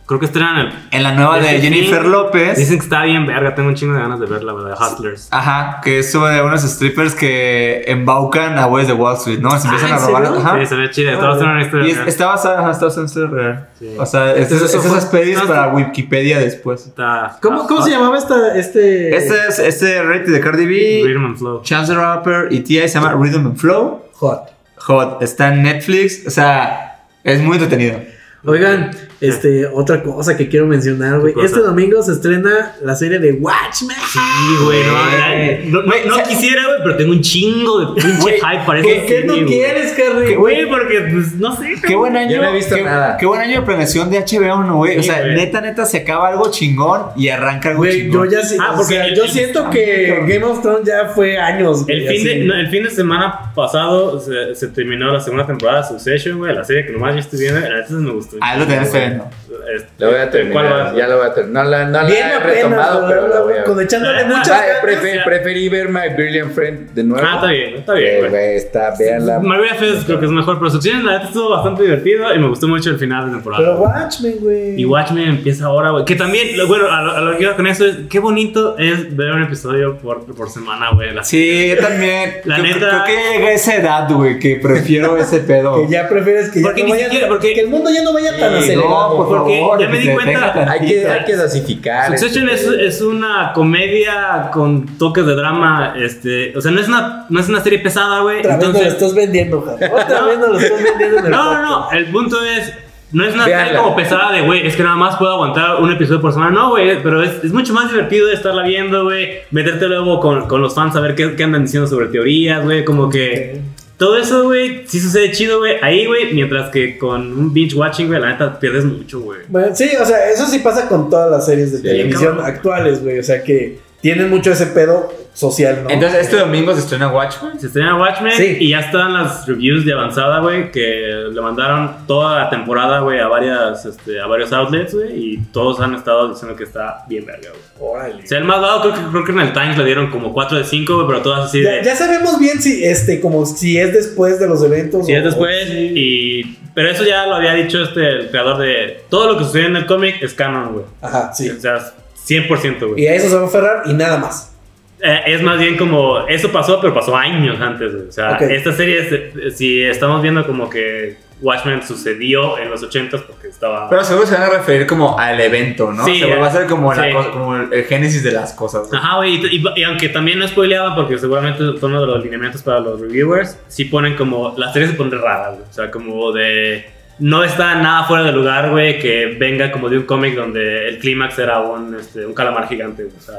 S1: Creo que estrenan el.
S3: en la nueva de
S1: Este,
S3: Jennifer
S1: sí.
S3: López.
S1: Dicen que está bien verga, tengo un chingo de ganas de verla, güey, de Hustlers.
S3: Ajá, que es sobre unos strippers que embaucan a güeyes de Wall Street, ¿no? Se empiezan
S4: Ah,
S3: a
S4: ¿en
S3: robar.
S4: serio?
S3: Ajá.
S1: Sí, se ve chida, está basada en una historia
S3: Y es-
S1: real.
S3: está basada, ajá, está basada en historia real.
S1: Sí.
S3: O sea, Este es-
S4: Entonces,
S3: es-
S4: eso
S3: esos
S4: fue-
S3: despedís
S4: no,
S3: para Wikipedia después.
S1: Está-
S4: ¿Cómo,
S1: está-
S4: cómo se llamaba esta, este?
S3: Este es este rating de Cardi B,
S1: Rhythm and Flow.
S3: Chance the Rapper y T.I. se llama Rhythm and Flow.
S4: Hot.
S3: Hot, está en Netflix, o sea, es muy entretenido.
S4: Oigan, este, otra cosa que quiero mencionar, güey.
S1: ¿Qué cosa?
S4: Este domingo se estrena la serie de Watchmen.
S1: Sí, güey, no, ya- no, no-
S3: Güey,
S1: no
S3: o sea-
S1: quisiera, güey, pero tengo un chingo de pinche
S3: Güey,
S1: hype para esa serie, güey.
S4: Harry?
S1: Güey, porque, pues, no sé.
S3: Qué buen año.
S5: Yo no he visto
S3: qué,
S5: nada.
S3: Qué buen año de planeación de HBO, ¿no, güey? o
S1: Sí,
S3: sea,
S1: güey.
S3: neta, neta, se acaba algo chingón y arranca algo
S4: Güey, yo
S3: chingón.
S4: ya sí-
S1: Ah,
S4: o
S1: porque
S4: sea,
S1: el-
S4: yo
S1: el-
S4: siento que Game of Thrones ya fue años. güey,
S1: El fin,
S4: así.
S1: de, no, el fin de semana pasado se, se terminó la segunda temporada de Succession, güey. La serie que nomás yo estoy viendo, la neta me gustó.
S3: Ah, lo tenés que ver, ¿no?
S1: Este,
S5: La voy a
S1: ¿Cuál
S5: terminar.
S1: vas?
S5: Ya la voy a terminar. No la, no la
S4: Bien
S5: he
S4: apenas,
S5: retomado,
S4: güey,
S5: pero la voy a
S4: con
S5: ver.
S4: echándole
S1: Ah,
S4: muchas
S5: Ah,
S4: ganas.
S5: prefe- preferí ver My Brilliant Friend de nuevo.
S1: Ah, está bien, está
S5: Eh,
S1: bien, güey.
S5: güey, está, véanla.
S1: María Fez creo que es mejor, pero Succession la neta estuvo bastante divertido y me gustó mucho el final de temporada.
S4: Pero Watchmen, güey.
S1: y Watchmen empieza ahora, güey. Que también, lo- bueno, a lo, a lo que iba con eso es, qué bonito es ver un episodio por, por semana, güey. La-
S3: Sí, yo también.
S1: La
S3: Yo
S1: neta-
S3: Creo que ya llegué a esa edad, güey, que prefiero ese pedo.
S4: Que ya prefieres que ya
S1: Porque
S4: no
S1: ni
S4: vaya-
S1: siquiera- porque-
S4: que el mundo ya no vaya tan
S3: Sí,
S4: acelerado.
S3: no, por
S1: porque
S3: favor,
S1: ya me
S3: que
S1: di
S3: se
S1: cuenta.
S3: detenga tantito.
S5: Hay que, hay que dosificar.
S1: Succession es,
S5: este,
S1: es una comedia con toques de drama, este, o sea, no es una, no es una serie pesada, güey.
S4: Otra vez nos lo
S1: Entonces,
S4: estás vendiendo, Harry. Otra vez nos lo estás vendiendo en el
S1: No, no, no. El punto es. No es una serie
S5: Véanla.
S1: como pesada de, güey, es que nada más puedo aguantar un episodio por semana. No, güey, pero es, es mucho más divertido estarla viendo, güey. Meterte luego con, con los fans a ver qué, qué andan diciendo sobre teorías, güey. Como que. Todo eso, güey, sí sucede chido, güey. Ahí, güey, mientras que con un binge watching, güey, la neta pierdes mucho, güey.
S4: Bueno, sí, o sea, eso sí pasa con todas las series de
S5: Sí,
S4: televisión
S1: cabrón.
S4: actuales, güey. O sea, que tienen mucho ese pedo social, ¿no?
S5: Entonces, este domingo se estrena Watchmen.
S1: Se estrena Watchmen
S4: Sí.
S1: y ya están las reviews de avanzada, güey, que le mandaron toda la temporada, güey, a varias, este, a varios outlets, güey, y todos han estado diciendo que está bien verga, güey.
S4: Órale.
S1: O sea, el más dado creo que, creo que en el Times le dieron como 4 de 5, güey, pero todas así
S4: Ya,
S1: de
S4: ya sabemos bien si este, como si es después de los eventos.
S1: Sí,
S4: o-
S1: es después
S4: o-
S1: y... Pero eso ya lo había dicho este, el creador de... Todo lo que sucede en el cómic es canon, güey.
S4: Ajá, sí.
S1: O sea, 100%, güey.
S4: Y a eso se va a aferrar y nada más.
S1: Eh, es más bien como, eso pasó, pero pasó años antes. güey. O sea,
S4: Ok.
S1: esta serie, es, eh, si estamos viendo como que Watchmen sucedió en los 80s porque estaba...
S3: Pero seguro se van a referir como al evento, ¿no?
S1: Sí,
S3: Se va a ser como, la
S1: sí. Ah,
S3: cosa- como el, el génesis de las cosas. güey.
S1: Ajá, güey, y, y- y aunque también no spoileaban porque seguramente fue uno de los lineamientos para los reviewers, sí ponen como, la serie se pone rara, güey. O sea, como de... No está nada fuera de lugar, güey, que venga como de un cómic donde el clímax era un, este, un calamar gigante, güey. O sea,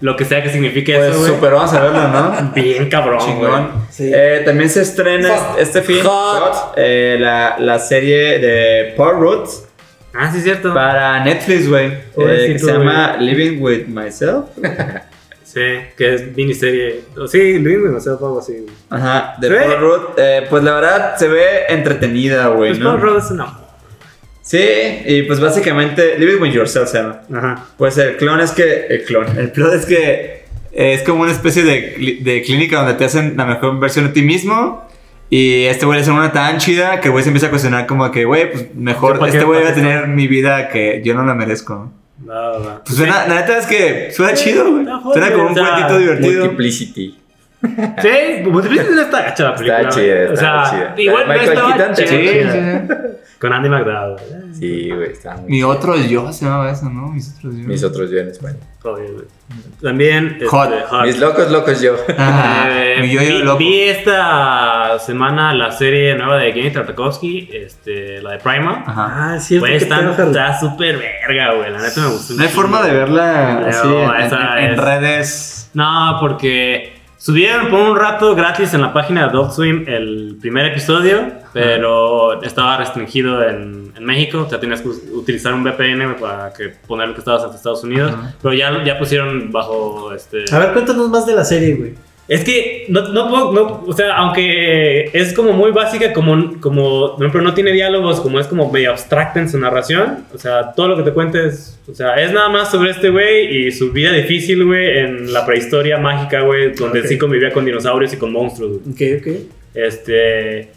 S1: lo que sea que signifique
S3: Pues
S1: eso, güey.
S3: super, vamos a verlo, ¿no?
S1: Bien cabrón, güey.
S3: Chingón.
S4: Sí.
S3: Eh, también se estrena este- este fin
S5: Hot.
S3: eh, la, la serie de Paul Rudd
S1: Ah, sí, es cierto.
S3: para Netflix, güey. eh, que
S1: Pobrecito,
S3: se llama Living with Myself.
S1: Sí, que es miniserie. O Sí, Luis, güey, o sea, algo así. güey.
S3: Ajá, de
S1: Se ve-
S3: Paul Rudd. Eh, pues la verdad se ve entretenida, güey.
S1: Pues
S3: ¿no?
S1: Paul Rudd es un amor.
S3: Sí, y pues básicamente Living with Yourself se llama.
S1: Ajá.
S3: Pues el clon es que. El clon. El plot es que eh, es como una especie de, cli- de clínica donde te hacen la mejor versión de ti mismo. Y este güey le hacen una tan chida que el güey se empieza a cuestionar como que, güey, pues
S1: Yo
S3: mejor
S1: pa' qué-
S3: este güey
S1: pa'
S3: va a
S1: qué
S3: tener mi vida que yo no la merezco.
S1: No, no.
S3: Pues suena, la neta es que suena chido, güey.
S1: no jodas,
S3: Suena como un
S1: o sea,
S3: cuentito divertido.
S5: Multiplicity.
S1: Sí, Multiplicidad está gacha la película.
S5: Está chida,
S1: o sea,
S5: está chida.
S1: Igual no
S5: Michael
S1: estaba
S5: Keaton
S1: chida.
S5: también.
S1: Sí, sí. Con Andy McDowell. eh,
S5: Sí, güey, está muy
S3: Mi otro yo se llamaba eso, ¿no? Mis otros yo.
S5: Mis otros yo en España.
S1: joder, güey. También. este,
S3: Hot.
S5: Mis locos, locos yo.
S3: Ajá,
S1: Eh,
S3: mi yo, yo
S1: vi,
S3: loco.
S1: vi esta semana la serie nueva de Kenny Tartakovsky, este, la de Primal.
S3: Ajá.
S4: Ah, es cierto.
S1: Güey,
S4: que
S1: está
S4: tengo que-
S1: está súper verga, güey. La neta me gustó. un
S3: No hay forma
S1: chingo.
S3: de verla
S1: No,
S3: así
S1: esa
S3: en- en, en
S1: es-
S3: redes.
S1: No, porque subieron por un rato gratis en la página de Adult Swim el primer episodio, pero estaba restringido en, en México. O sea, tenías que us- utilizar un VPN para que poner que estabas en Estados Unidos.
S3: Ajá.
S1: Pero ya, ya pusieron bajo este.
S4: A ver, cuéntanos más de la serie, güey.
S1: Es que no, no puedo, no, o sea, aunque es como muy básica, como, como, por ejemplo, no tiene diálogos, como es como medio abstracta en su narración, o sea, todo lo que te cuentes, o sea, es nada más sobre este güey y su vida difícil, güey, en la prehistoria mágica, güey, donde
S4: Ok.
S1: sí convivía con dinosaurios y con monstruos, güey.
S4: Ok, ok.
S1: Este.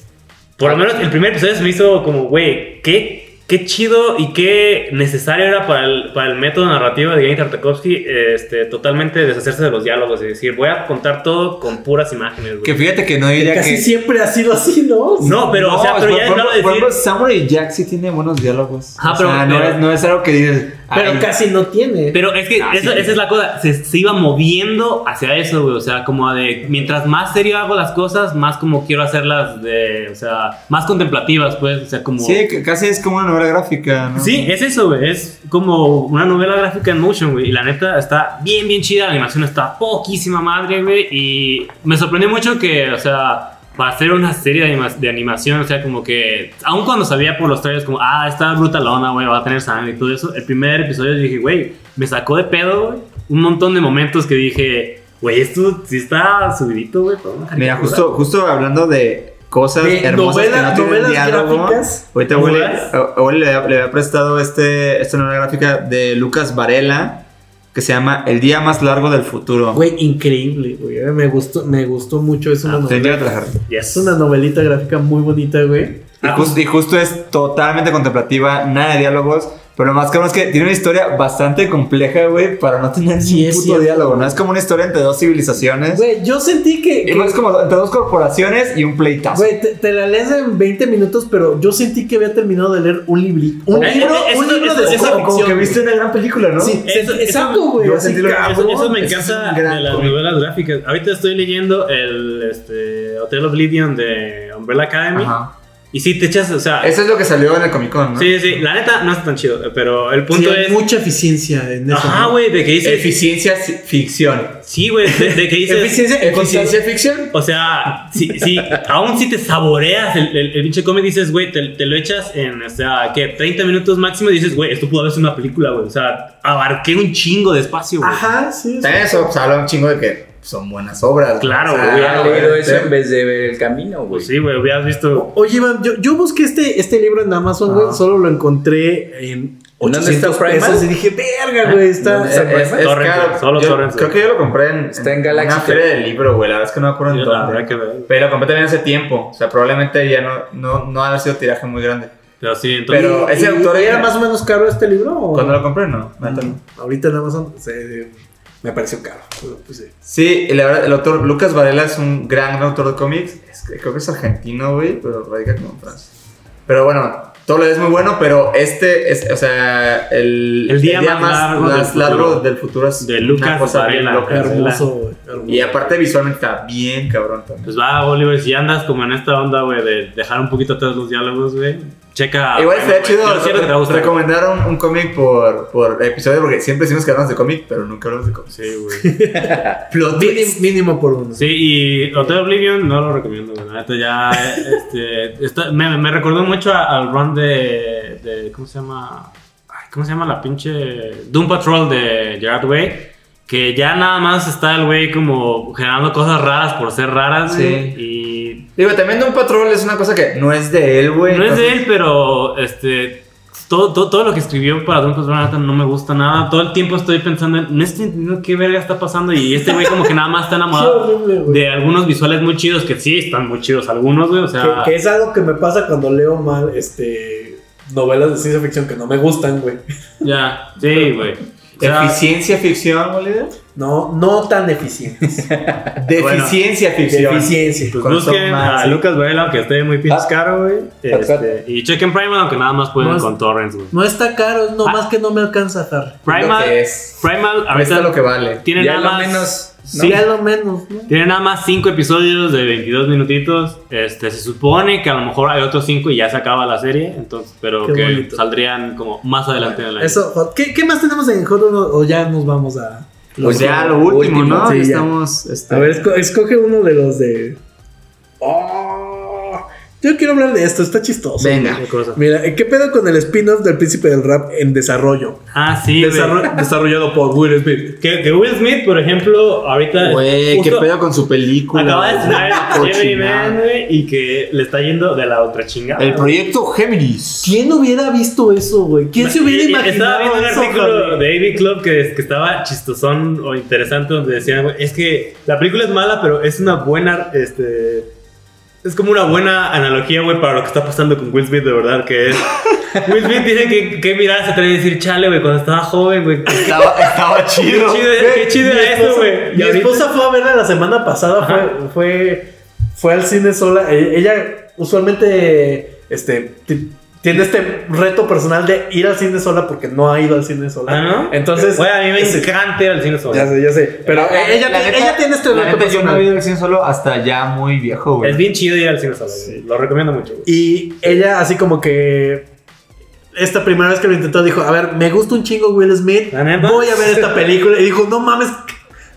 S1: Por lo menos el primer episodio se me hizo como, güey, qué, qué chido y qué necesario era para el, para el método narrativo de Gary Tartakovsky este, totalmente deshacerse de los diálogos y decir, voy a contar todo con puras imágenes,
S3: Que
S1: güey.
S3: fíjate que no diría
S4: Casi
S3: que.
S4: siempre ha sido así, ¿no?
S1: No, pero, o sea,
S3: es
S1: pero
S3: por-
S1: ya
S3: por,
S1: dejarlo de
S3: por
S1: decir.
S3: ejemplo, Samurai Jack sí tiene buenos diálogos.
S1: Ajá,
S3: o
S1: pero-
S3: sea, no,
S1: pero-
S3: es, no es algo que dices.
S4: Pero
S3: "Ay,
S4: casi no tiene.
S1: Pero es que
S3: Ah,
S1: eso-
S3: sí.
S1: esa es la cosa, se, se iba moviendo hacia eso, güey. O sea, como de mientras más serio hago las cosas, más como quiero hacerlas de, o sea, más contemplativas, pues. O sea, como.
S3: Sí, que casi es como una novela gráfica, ¿no?
S1: Sí, es eso, güey. Es como una novela gráfica en motion, güey. Y la neta está bien, bien chida. La animación está poquísima madre, güey. Y me sorprendió mucho que, o sea, para hacer una serie de, anima- de animación, o sea, como que, aun cuando sabía por los trailers, como, ah, está brutalona, güey, va a tener sangre y todo eso, el primer episodio dije, güey, me sacó de pedo, güey. Un montón de momentos que dije, güey, esto sí está subidito, güey. para una
S3: Mira,
S1: caricatura".
S3: justo, justo hablando de cosas
S4: De
S3: hermosas que
S4: novela-
S3: no tienen
S4: novelas
S3: diálogo.
S4: gráficas.
S3: Ahorita Oli,
S1: ¿Novelas?
S3: a- Oli le, había- le había prestado este, esta novela gráfica de Lucas Varela que se llama El día más largo del futuro.
S4: Güey, increíble, güey. Eh, Me gustó, me gustó mucho. Es una,
S3: Ah,
S4: novela-
S3: tendría que trabajar.
S1: Yes.
S4: es una novelita gráfica muy bonita, güey.
S3: Y,
S1: Ah.
S3: jus- y justo es totalmente contemplativa, nada de diálogos. Pero lo más cabrón es que tiene una historia bastante compleja, güey, para no tener
S4: Sí,
S3: ni un
S4: es
S3: puto
S4: cierto.
S3: diálogo, ¿no? Es como una historia entre dos civilizaciones.
S4: Güey, yo sentí que.
S3: Y
S4: que-
S3: más como entre dos corporaciones y un pleitazo.
S4: Güey, te, te la lees en 20 minutos, pero yo sentí que había terminado de leer un librito. Un
S1: Eh,
S4: libro,
S1: eh,
S4: un
S1: eso-
S4: libro
S1: eso-
S4: de
S1: eso-
S4: ciencia
S1: como- como
S4: ficción.
S3: que
S4: güey.
S3: viste una gran película, ¿no?
S4: Sí,
S1: Eso-
S4: sentí-
S1: eso-
S4: exacto, güey.
S3: yo
S4: así, ah,
S3: sentí lo que- eso-
S1: Eso,
S4: cabrón.
S1: eso me
S3: Ese es
S1: encanta
S3: un gran
S1: de las
S3: cómic.
S1: novelas gráficas. Ahorita estoy leyendo el este, Hotel Oblivion de Umbrella Academy.
S3: Ajá.
S1: Y sí, te echas, o sea.
S3: Eso es lo que salió en el Comic Con, ¿no?
S1: Sí, sí, la neta no está tan chido, pero el punto
S4: Sí, hay
S1: es.
S4: mucha eficiencia en eso.
S1: Ajá,
S4: ¿no?
S1: güey, de que dices.
S3: Eficiencia ci- ficción.
S1: Sí, güey, de, de que dices.
S4: Eficiencia en
S3: Eficiencia
S4: contar-
S3: ficción.
S1: O sea, si, si, aún si te saboreas el, el, el pinche cómic, dices, güey, te, te lo echas en, o sea, que 30 minutos máximo y dices, güey, esto pudo haberse una película, güey. O sea, abarqué un chingo de espacio, güey.
S4: Ajá, sí. sí.
S3: También eso pues, habla un chingo de que son buenas obras.
S1: Claro,
S3: O sea,
S1: Ah, güey.
S5: Hubiera Ah, leído eso
S3: sí.
S5: en vez de ver el camino, güey.
S1: Pues sí, güey, hubieras visto.
S4: Oye, Iván, yo, yo busqué este, este libro en Amazon, güey.
S3: Ah.
S4: Solo lo encontré en
S5: ¿Dónde
S4: 800
S5: está Primal?
S4: pesos y dije, verga, güey, está...
S5: ¿Dónde está
S3: pues, Es, es
S1: Torrent,
S3: caro.
S1: solo
S3: Yo
S1: Torrent.
S3: Creo que yo lo compré en,
S5: Eh, Está en
S3: en
S5: Galaxy
S3: una feria del libro, güey. La verdad es que no me acuerdo en
S1: Yo la verdad
S3: dónde.
S1: que me-
S3: Pero lo compré también hace tiempo. O sea, probablemente ya no, no, no ha sido tiraje muy grande.
S1: Pero sí, entonces.
S3: Pero ese
S4: ¿Y-
S3: autor
S4: y era
S3: era-
S4: más o menos caro este libro? o-
S3: Cuando lo compré, no. la neta,
S4: Mm,
S3: no.
S4: Ahorita en Amazon se- me pareció caro. pero, pues, sí.
S3: Sí, y la verdad, el autor Lucas Varela es un gran autor de cómics. Es que- creo que es argentino, güey, pero radica como en Francia. Pero bueno, todo lo es muy bueno, pero este, es, o sea, el,
S1: El día más largo del
S3: largo
S1: futuro.
S3: del futuro es
S1: De Lucas
S3: una cosa bien
S1: Varela.
S3: loca,
S1: Hermoso.
S3: güey.
S4: Hermoso, güey. hermoso.
S3: Y aparte visualmente está bien cabrón también.
S1: Pues va, Oliver, si andas como en esta onda, güey, de dejar un poquito atrás los diálogos, güey. Checa.
S3: Igual estaría
S1: Ah, Yo
S3: chido
S1: siento que te va a gustar.
S3: recomendar un, un cómic por, por episodio porque siempre decimos que hablamos de cómic, pero nunca hablamos de cómics.
S1: Sí, güey.
S3: Plot
S4: Mínim-
S3: twist.
S4: mínimo por uno.
S1: Sí, y Hotel Oblivion no lo recomiendo, güey. La neta ya. Este, está- me, me recordó mucho a- al run de, de- ¿Cómo se llama? Ay, ¿Cómo se llama la pinche. Doom Patrol de Gerard Way? Que ya nada más está el güey como generando cosas raras por ser raras,
S3: Sí.
S1: güey. Y
S3: Digo, también de un patrón es una cosa que no es de él, güey.
S1: No es de
S3: entonces-
S1: él, pero este. Todo, todo, todo lo que escribió para Don Jonathan no me gusta nada. Todo el tiempo estoy pensando en. No estoy entendiendo qué verga está pasando. Y este güey, como que nada más está
S4: Qué
S1: enamorado
S4: horrible, güey.
S1: de algunos visuales muy chidos. Que sí, están muy chidos algunos, güey. O sea.
S4: Que, que es algo que me pasa cuando leo mal este novelas de ciencia ficción que no me gustan, güey.
S1: Ya, sí, güey. O sea,
S3: Eficiencia ficción, Oliver.
S4: No, no tan eficientes.
S3: Deficiencia ficción.
S4: Eficiencia.
S1: pues
S3: con
S1: busquen
S3: Tom Hanks.
S1: a Lucas Varela, aunque esté muy pinches
S5: Ah.
S1: caro, güey. Este, y chequen Primal, aunque nada más pueden
S4: No es-
S1: con Torrents, güey.
S4: No está caro, no
S1: Ah.
S4: más que no me alcanza a dar.
S3: Lo que
S1: Primal,
S3: es.
S1: Primal
S3: Ahorita
S1: ahorita
S3: lo que vale.
S1: tiene
S5: Ya
S1: nada
S5: lo
S1: más.
S5: menos. ¿no?
S1: Sí.
S4: Ya lo menos, ¿no?
S1: Tiene nada más 5 episodios de 22 minutitos. Este, se supone que a lo mejor hay otros 5 y ya se acaba la serie, entonces, pero
S4: Qué
S1: que
S4: bonito.
S1: saldrían como más adelante en el año.
S4: Eso, hot- ¿qué, qué más tenemos en Hot o o ya nos vamos a.
S3: Pues ya lo último, ¿no?
S4: sí,
S3: Ya
S4: ya.
S3: estamos. este,
S4: A ver, esco- escoge uno de los de. Oh, yo quiero hablar de esto, está chistoso.
S3: Venga.
S1: Qué cosa.
S4: Mira, ¿qué pedo con el spin-off del príncipe del rap en desarrollo?
S1: Ah, sí. güey.
S4: Desarro- desarrollado por Will Smith.
S1: Que, que Will Smith, por ejemplo, ahorita
S3: Güey, qué
S1: justo
S3: pedo con su película.
S1: acaba de
S3: güey.
S1: estrenar Gemini
S3: Cochinada.
S1: Man, güey, y que le está yendo de la otra chingada.
S3: El proyecto Géminis.
S4: ¿Quién hubiera visto eso, güey? ¿Quién se hubiera
S1: Y- y Estaba
S4: imaginado
S1: viendo un
S4: eso?
S1: artículo
S4: joder?
S1: de Ivy Club que, que estaba chistosón o interesante donde decían, güey, es que la película es mala, pero es una buena, este... Es como una buena analogía, güey, para lo que está pasando con Will Smith, de verdad, que es... Will Smith tiene que, que mirar, se trae a decir, chale, güey, cuando estaba joven, güey. Qué
S3: Estaba, estaba chido.
S1: chido, qué chido
S4: Mi
S1: era eso,
S4: esposa-
S1: güey. Y
S4: Mi
S1: ahorita-
S4: esposa fue a verla la semana pasada, fue, fue, fue al cine sola. E- Ella usualmente este, ti- tiene este reto personal de ir al cine sola porque no ha ido al cine sola.
S1: Ah, ¿no?
S4: Entonces,
S1: Güey, a mí me
S4: ese-
S1: encanta ir al cine solo.
S4: ya sé, ya sé. Pero
S3: La-
S4: ella,
S3: la neta-
S4: ella tiene este
S3: la
S4: reto
S3: neta, Yo no había
S4: personal.
S3: ido al cine solo hasta ya muy viejo,
S1: Es
S3: güey.
S1: bien chido ir al cine solo, güey. lo recomiendo mucho, güey.
S4: Y ella así como que... Esta primera vez que lo intentó dijo, a ver, me gusta un chingo Will Smith,
S1: ¿La neta?
S4: voy a ver esta película. Y dijo, no mames,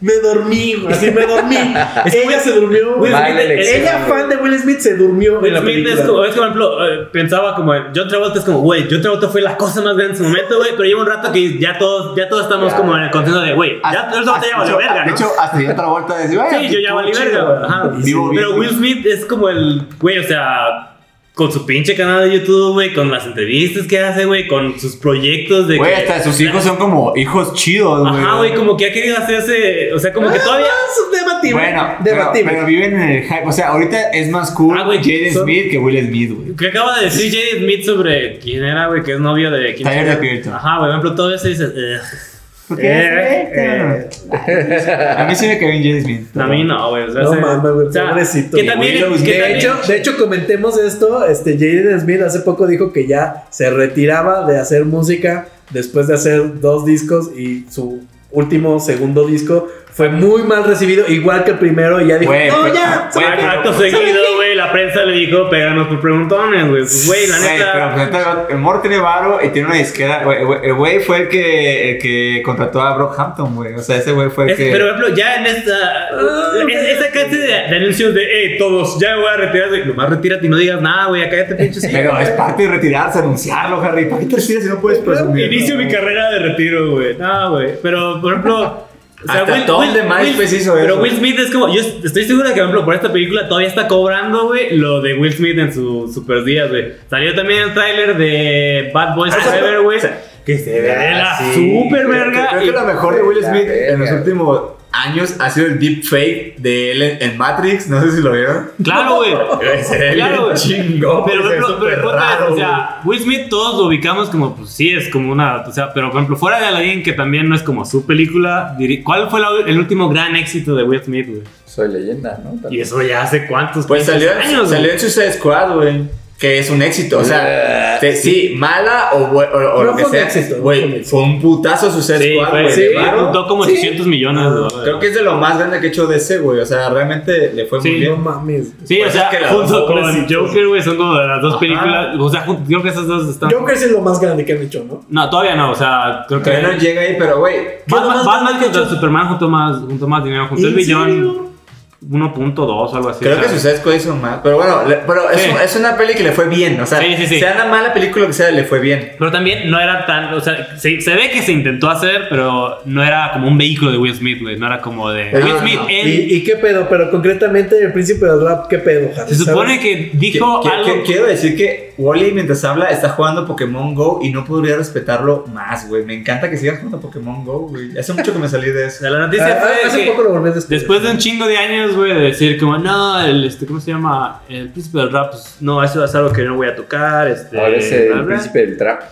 S4: me dormí, güey, así me dormí. ella se durmió. güey.
S1: Will Smith,
S5: Mala elección.
S1: ella-
S4: Ella, fan de Will Smith, se durmió. en
S1: Will
S4: la
S1: Smith es
S4: película.
S1: como, es como, por ejemplo, eh, pensaba como, en- John Travolta es como, güey, John Travolta fue la cosa más grande en su momento, güey, pero lleva un rato que ya todos, ya todos estamos
S3: Ya.
S1: como en el consenso de, güey, ya John Travolta ya valió verga,
S3: De
S1: ¿no?
S3: hecho, hasta ya otra vuelta de decir,
S1: Sí, yo ya valí verga, güey. Ajá. Pero Will Smith es como el, güey, o sea, con su pinche canal de YouTube, güey, con las entrevistas que hace, güey, con sus proyectos de...
S3: Güey,
S1: que-
S3: hasta sus hijos son como hijos chidos, güey.
S1: Ajá, güey, como que ha querido hacerse, o sea, como que todavía...
S4: "Ah, Es debatible.
S3: Bueno, pero,
S4: debatible.
S3: pero viven en el hype. O sea, ahorita es más cool
S1: Ah, güey,
S3: Jaden
S1: son-
S3: Smith que Will Smith, güey.
S1: Que acaba de decir Jade Smith sobre quién era, güey, que es novio de... quién Ah,
S3: Tyler,
S1: era?
S3: de Creator.
S1: Ajá, güey, por ejemplo, todo eso dices... "Ugh".
S3: ¿Por
S1: qué
S3: qué
S1: eres
S3: A mí sí me quedó en Jaden Smith.
S1: eh, A mí no, güey. o sea,
S4: No
S1: se-
S4: mames, güey,
S1: o sea,
S4: pobrecito,
S1: Que
S4: güey.
S1: también,
S3: Los
S1: que
S3: gays.
S4: de,
S1: también-
S4: hecho, de hecho, comentemos esto. Este, Jaden Smith hace poco dijo que ya se retiraba de hacer música después de hacer dos discos y su último, segundo disco fue muy mal recibido, igual que el primero. Y ya dijo:
S3: Güey,
S4: No,
S3: pero-
S4: ya.
S3: güey,
S4: ¿saben
S1: acto
S4: qué? ¿Saben
S1: seguido,
S4: qué?
S1: güey, la prensa le dijo, péganos por preguntones, güey. Pues, Güey, la
S3: Güey,
S1: neta.
S3: pero pues, neta, el Mor tiene varo y tiene una disquera. Güey, güey, El güey fue el que, el que contrató a Brockhampton, güey. O sea, ese güey fue el
S1: Es-
S3: que.
S1: Pero, por ejemplo, ya en esta.
S4: Ah,
S1: es- esa clase de, de anuncios de, eh, todos, ya voy a retirarse. Nomás retírate y no digas nada, güey, acá ya te pinches.
S3: Pero es parte de retirarse, anunciarlo, Harry. ¿Para qué te retiras si no puedes presumir?
S1: Inicio mi carrera de retiro, güey. No, güey. Pero, por ejemplo. o sea,
S3: Hasta Tom DeMarco pues hizo
S1: pero
S3: eso.
S1: Will Smith es como. Yo estoy seguro de que, por ejemplo, por esta película todavía está cobrando, güey, lo de Will Smith en sus super días, güey. Salió también el tráiler de Bad Boys Forever, güey. Que se ve de la
S3: Ah, sí.
S1: super verga.
S3: Creo que
S1: y-
S3: lo mejor de Will
S5: La
S3: Smith en los
S5: verga.
S3: últimos años ha sido el deepfake de él en, en Matrix. No sé si lo vieron.
S1: Claro, güey.
S3: Se ve
S1: Claro,
S3: bien
S1: güey.
S3: chingón,
S1: Pero,
S3: se ve
S1: pero, pero,
S3: súper
S1: pero,
S3: raro,
S1: o sea, Will Smith todos lo ubicamos como, pues sí, es como una. O sea, pero por ejemplo, fuera de Aladdin, que también no es como su película, diri- ¿cuál fue la- el último gran éxito de Will Smith, güey?
S5: Soy leyenda, ¿no? También.
S1: Y eso ya hace cuántos
S3: Pues
S1: pinches
S3: salió,
S1: años, güey.
S3: salió en Suicide Squad, güey. Que es un éxito. O sea,
S5: Ah,
S3: te- sí. mala o, bu- o- o lo
S4: No
S3: que
S4: fue un
S3: sea.
S4: éxito, no fue un
S3: Güey,
S4: éxito.
S3: fue un putazo Suicide
S1: Sí,
S3: Squad,
S1: fue-
S3: güey.
S1: sí,
S3: de varo.
S1: juntó como
S5: Sí.
S1: 800 millones de dólares.
S3: Creo que es de lo más grande que ha hecho DC, güey. O sea, realmente le fue
S1: Sí.
S3: muy
S4: No
S3: bien.
S4: mames.
S1: Sí, o
S3: pues,
S1: sea,
S3: es que las
S1: junto
S3: dos
S1: con
S3: pobrecitos.
S1: Joker, güey, son como de las dos
S3: Ajá.
S1: películas. O sea, jun- creo que esas dos están.
S4: Joker sí es lo más grande que han hecho, ¿no?
S1: No, todavía no, o sea, creo que.
S3: Todavía no llega ahí, pero güey.
S4: ¿Qué es lo
S1: Batman,
S4: más
S1: Batman
S4: grande que
S1: contra
S4: ha hecho?
S1: Superman juntó más, juntó más dinero, juntó el
S4: ¿En
S1: billón
S4: serio?
S1: 1.2 o algo así. o
S3: Creo que
S1: sea.
S3: Suicide Squad hizo más. Pero bueno, le- pero es,
S1: Sí.
S3: un- es una peli que le fue bien. O sea,
S1: Sí, sí, sí.
S3: sea una mala película que sea, le fue bien.
S1: Pero también no era tan, o sea, se, se ve que se intentó hacer, pero no era como un vehículo de Will Smith, güey, no era como de
S3: Ah,
S1: Will Smith
S3: no.
S1: en-
S4: Eh, ¿Y, y qué pedo? Pero concretamente, el príncipe del rap, ¿qué pedo, Harry?
S1: se supone
S4: ¿Sabes?
S1: que
S3: Qui-
S1: dijo
S3: qui-
S1: algo
S3: qui- quiero decir que Wally, mientras habla, está jugando Pokémon Go y no podría respetarlo más, güey. Me encanta que sigas jugando Pokémon Go, güey. Hace mucho que me salí de eso.
S1: la noticia
S4: Ah,
S1: fue
S4: hace
S1: que
S4: poco lo volví a descubrir.
S1: después de un chingo de años, güey, de decir como, no, el, este, ¿cómo se llama? El príncipe del rap, pues, no, eso es algo que no voy a tocar, este,
S5: Ahora es el
S1: bla, bla.
S5: príncipe del trap.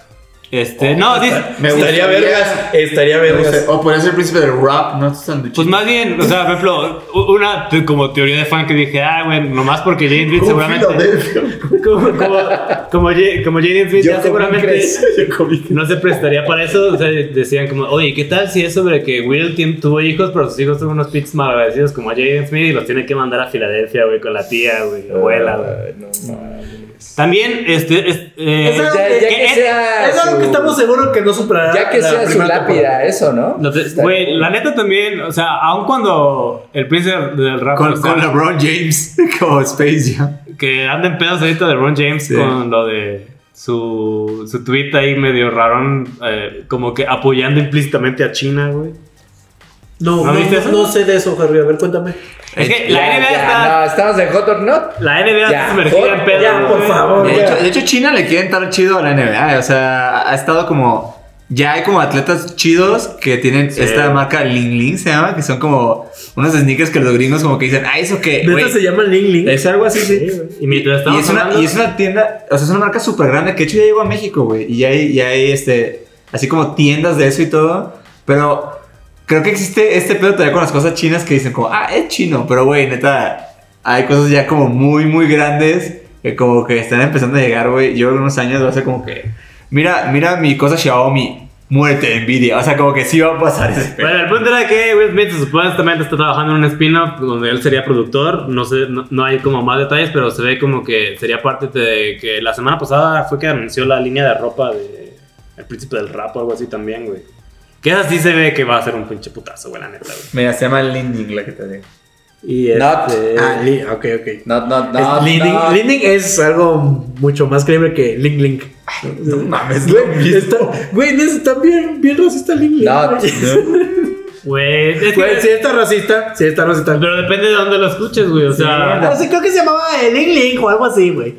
S1: este,
S4: Oh,
S1: no, dice,
S3: Me gustaría vergas.
S4: Estaría vergas.
S3: O por eso el príncipe del rap, no es tan
S1: pues más bien, o sea, por ejemplo, u- una te- como teoría de fan que dije, ah, güey, nomás porque James Smith seguramente, como, como, como, J- como Jaden Smith ya seguramente no se prestaría para eso. O sea, decían como, oye, ¿qué tal si es sobre que Will tien- tuvo hijos, pero sus hijos son unos pits malagradecidos como a Jaden Smith y los tiene que mandar a Filadelfia, güey, con la tía, güey, la abuela, güey?
S5: Ay, no mames.
S1: También, este, es- eh,
S4: Es algo
S5: Ya, ya
S4: que-
S5: que
S1: es-
S5: sea.
S4: Es algo
S5: su-
S4: que estamos seguros que no
S1: Ah,
S4: superará.
S5: Ya que
S4: la
S5: sea su
S4: primera temporada.
S5: lápida, eso, ¿no?
S1: no te-
S5: Está
S1: güey,
S5: cool.
S1: la neta también, o sea, aun cuando el príncipe del rap o
S3: Con,
S1: sea,
S3: con LeBron James, como Space Jam.
S1: que anden pedos ahorita de Ron James
S3: Sí.
S1: con lo de su, su tweet ahí medio rarón, eh, como que apoyando implícitamente a China, güey.
S4: No,
S1: ¿No
S4: no,
S1: viste eso?
S4: no, no sé de eso, Harry. A ver, cuéntame.
S1: Es que
S5: Ya,
S1: la NBA
S5: ya,
S1: está.
S5: No, estamos en Hot or Not.
S1: La NBA
S5: Ya,
S1: está sumergida en
S5: por-
S1: pedo.
S4: ya, por favor.
S3: De
S4: Ya.
S3: hecho, de hecho, China le quiere entrar chido a la NBA. O sea, ha estado como. Ya hay como atletas chidos que tienen esta marca Ling Ling, se llama, que son como unos sneakers que los gringos como que dicen, ah, eso que.
S4: De hecho, se llama Ling Ling.
S3: Es algo así, sí.
S1: Sí, güey. Y mientras estamos
S3: es una,
S1: hablando-
S3: y es una tienda, o sea, es una marca súper grande que de hecho ya llegó a México, güey. Y ya hay, ya hay este, así como tiendas de eso y todo. Pero creo que existe este pedo todavía con las cosas chinas que dicen como, ah, es chino. Pero, güey, neta, hay cosas ya como muy, muy grandes que como que están empezando a llegar, güey. Yo en unos años va a ser como que, mira, mira mi cosa Xiaomi. Muerte, envidia. O sea, como que sí va a pasar ese pedo.
S1: Bueno, el punto era que Will Smith supuestamente está trabajando en un spin-off donde él sería productor. No sé, no, no hay como más detalles, pero se ve como que sería parte de que la semana pasada fue que anunció la línea de ropa de El Príncipe del Rap o algo así también, güey. Que esa sí se ve que va a ser un pinche putazo, güey, la neta, güey.
S3: Mira, se llama Linding la que te digo.
S1: Y
S5: Not.
S1: este-
S4: Ah, Li- ok, ok.
S5: No, no,
S4: Es
S5: no.
S4: Ling Ling.
S5: no.
S4: Ling Ling es algo mucho más creíble que Ling Ling.
S3: Eh, No mames, lo
S4: Güey,
S3: mismo.
S4: está, güey, neta, está bien, bien racista Ling Ling.
S5: No,
S4: güey.
S1: Güey, es que-
S4: Güey, sí está racista, sí está racista.
S1: pero depende de dónde lo escuches, güey. O sea,
S4: Ah, sí, creo que se llamaba el Ling Ling o algo así, güey.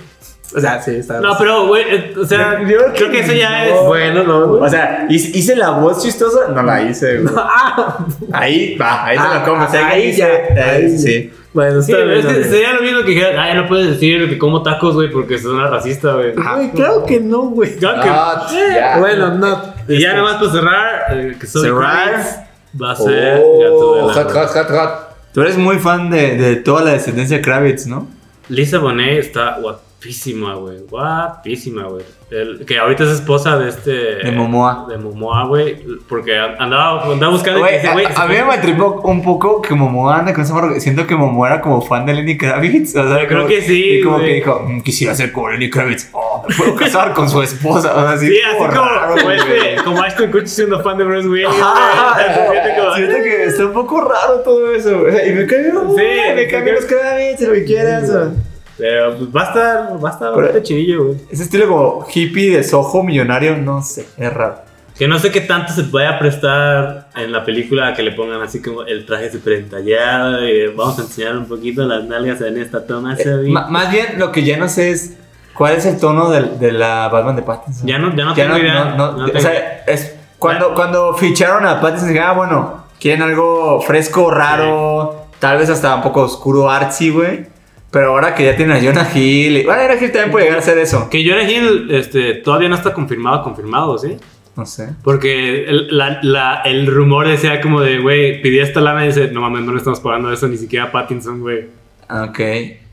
S4: O sea, sí, está
S1: no,
S4: racista.
S1: pero, güey, eh, o sea,
S3: Yo creo que
S1: creo que eso ya es.
S4: Bueno, no, Pues güey.
S3: O sea, hice hice la voz chistosa, no la hice, güey.
S4: Ah,
S3: Ahí va, ahí
S4: Ah,
S3: te lo comes.
S4: ahí ya, ahí.
S3: sí.
S4: bueno,
S1: Sí,
S4: está
S1: pero
S4: bien.
S1: es que
S4: ok.
S1: sería lo mismo que dijeras, ah, ya no puedes decir que como tacos, güey, porque suena racista, güey.
S4: Güey, claro que no, güey.
S1: Claro que-
S3: Ah,
S5: No, ya.
S4: Bueno, no. Este,
S1: Y ya nomás para cerrar, eh, que soy
S3: este. Cerrar.
S1: Kravitz, va a ser
S5: Oh,
S1: Gato de
S5: hot,
S1: la-
S5: hot, hot, hot.
S3: Tú eres muy fan de, de toda la descendencia Kravitz, ¿no?
S1: Lisa Bonet está guap- guapísima, güey. Guapísima, güey. El- Que ahorita es esposa de este.
S3: De Momoa.
S1: De Momoa, güey. Porque andaba, andaba buscando. y
S3: Güey,
S1: dice,
S3: a,
S1: güey,
S3: a mí me tripó un poco que Momoa anda con esa morra. Siento que Momoa era como fan de Lenny Kravitz. O sea,
S1: Creo
S3: como-
S1: que sí,
S3: Y como
S1: güey.
S3: que dijo, "Mm, quisiera ser como Lenny Kravitz. Oh, me puedo casar con su esposa. O sea, así,
S1: Sí, así como,
S3: raro,
S1: como,
S3: güey.
S1: este, como Ashton Kutcher siendo fan de Bruce Willis.
S3: Ah,
S1: güey. Siento como- este.
S3: Siento que está un poco raro todo eso. güey. Y me cambió.
S1: Sí,
S3: güey, me
S1: me
S3: cambió
S1: cambió.
S3: los Kravitz, lo que quieras. o-
S1: Pero pues, va a estar, va a estar
S3: Pero-
S1: bastante chidillo, güey.
S3: Ese estilo como hippie de sojo millonario, no sé, es raro.
S1: Que no sé qué tanto se vaya a prestar en la película que le pongan así como el traje súper entallado y vamos a enseñar un poquito las nalgas en esta toma. Sabi.
S3: Eh, Ma- más bien lo que ya no sé es cuál es el tono del- de, la Batman de Pattinson.
S1: Ya no- ya no tengo idea,
S3: no-
S1: no
S3: o
S1: tengo-
S3: sea, es cuando, cuando ficharon a Pattinson, dije, ah, bueno, quieren algo fresco, raro, tal vez hasta un poco oscuro, artsy, güey. Pero ahora que ya tienen a Jonah Hill, y, bueno, Jonah Hill también puede llegar a ser eso.
S1: Que Jonah Hill este, todavía no está confirmado, confirmado, ¿sí?
S3: No sé.
S1: Porque el, la- la- el rumor decía como de, güey, pidí esta lana y dice, no mames, no le estamos pagando eso ni siquiera a Pattinson, güey.
S3: Ah, Ok.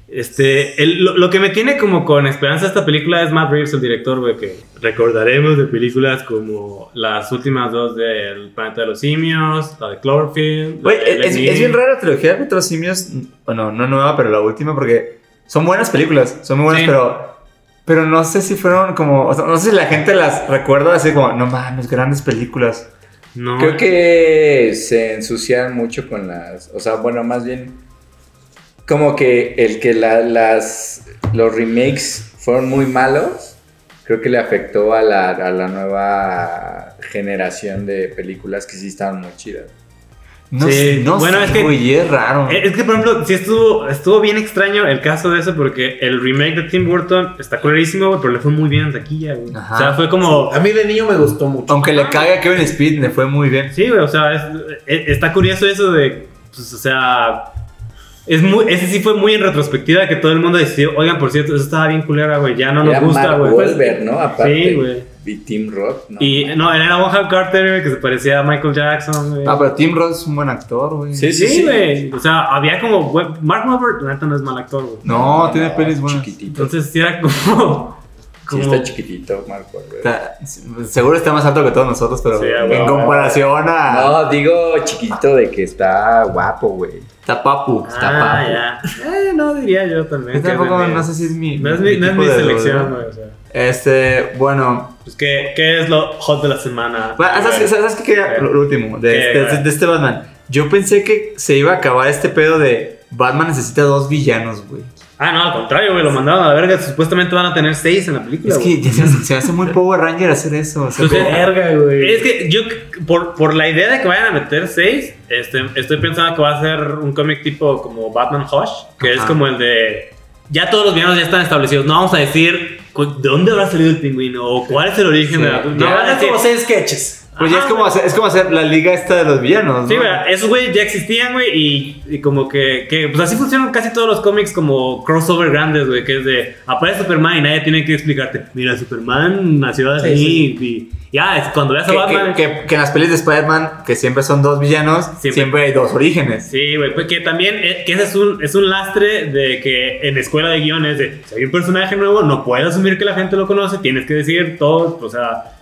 S1: Este, el- lo, lo que me tiene como con esperanza esta película es Matt Reeves, el director, güey, que recordaremos de películas como las últimas dos de El Planeta de los Simios, la de Cloverfield. la
S3: Güey,
S1: de
S3: es,
S1: Lenin.
S3: es bien rara la trilogía de Petros Simios. Bueno, no nueva, pero la última, porque son buenas películas, son muy buenas,
S1: Sí.
S3: pero. Pero no sé si fueron como. o sea, no sé si la gente las recuerda así como, no mames, grandes películas.
S1: No,
S5: Creo que se ensucian mucho con las. O sea, bueno, más bien. Como que el que la- las. Los remakes fueron muy malos. Creo que le afectó a la, a la nueva generación de películas que sí estaban muy chidas.
S3: No
S1: Sí.
S3: sé, no
S1: Bueno,
S3: sé,
S1: es que-
S3: güey, es raro.
S1: Eh, Es que, por ejemplo, sí estuvo, estuvo bien extraño el caso de eso porque el remake de Tim Burton está clarísimo, güey, pero le fue muy bien en taquilla, güey.
S3: Ajá.
S1: O sea, fue como...
S4: A mí de niño me gustó mucho.
S3: Aunque le cague a Kevin Speed, le fue muy bien.
S1: Sí, güey, o sea, es- e- está curioso eso de, pues, o sea, es muy, ese sí fue muy en retrospectiva que todo el mundo decidió, oigan, por cierto, eso estaba bien culera, güey, ya no nos
S5: Era
S1: gusta,
S5: Mark
S1: güey.
S5: Wahlberg, ¿no? Aparte.
S1: Sí, güey.
S5: Y Tim Roth, ¿no?
S1: Y no, era Bonham Carter, que se parecía a Michael Jackson, güey.
S3: Ah, pero Tim Roth es un buen actor, güey.
S5: pues, Sí,
S1: Sí, güey, o sea, había como, güey, Mark Wahlberg, la neta no es mal actor, güey.
S3: No, tiene pelis buenas.
S5: Chiquitito.
S1: Entonces, sí era como...
S5: Sí,
S1: como
S5: está chiquitito, Marco. Wahlberg.
S3: Está- seguro está más alto que todos nosotros, pero
S1: Sí,
S3: en
S1: güey.
S3: comparación a.
S5: No, digo chiquitito de que está guapo, güey.
S3: Está Papu. Está Papu.
S1: Ah, ya. Eh, no diría yo también.
S3: Yo
S1: que es
S3: tampoco,
S1: de mi-
S3: no sé si es mi.
S1: No es mi, no es
S3: tipo
S1: mi
S3: de
S1: selección,
S3: dolor.
S1: güey. O sea.
S3: Este, bueno.
S1: Pues, ¿qué, ¿Qué es lo hot de la semana?
S3: Bueno, ¿sabes, qué- sabes qué quería?
S1: Eh.
S3: Lo, lo último, de,
S1: ¿Qué,
S3: este-
S1: güey?
S3: de este Batman. Yo pensé que se iba a acabar este pedo de Batman necesita dos villanos, güey.
S1: Ah, no, al contrario, güey, lo mandaron a la verga. Supuestamente van a tener seis en la película.
S3: Es que
S1: güey.
S3: ya se, se hace muy Power Ranger hacer eso. o sea,
S1: Entonces,
S3: como-
S4: Verga, güey.
S1: Es que yo, c- por, por la idea de que vayan a meter seis, este, estoy pensando que va a ser un cómic tipo como Batman Hush, que es
S3: Ajá.
S1: como el de. Ya todos los villanos ya están establecidos. No vamos a decir cu- de dónde habrá salido el pingüino o cuál es el origen
S3: Sí,
S1: de la. No,
S3: ya.
S1: van a
S4: Van a
S1: decir-
S4: como seis sketches.
S3: pues ya es
S1: Ajá,
S3: como,
S1: güey.
S3: hacer, es como hacer la liga esta de los villanos, ¿no?
S1: Sí, güey, esos güey ya existían, güey, y, y como que, que, pues así funcionan casi todos los cómics como crossover grandes, güey, que es de, aparece Superman y nadie tiene que explicarte, mira, Superman nació así,
S4: Sí, sí.
S1: y ya, es cuando veas a
S3: Que,
S1: Batman...
S3: que- que- que en las pelis de Spider-Man, que siempre son dos villanos, siempre,
S1: Siempre.
S3: hay dos orígenes.
S1: Sí, güey, pues que también, eh, que ese es un, es un lastre de que en escuela de guiones, de, si hay un personaje nuevo, no puedes asumir que la gente lo conoce, tienes que decir todo, o sea...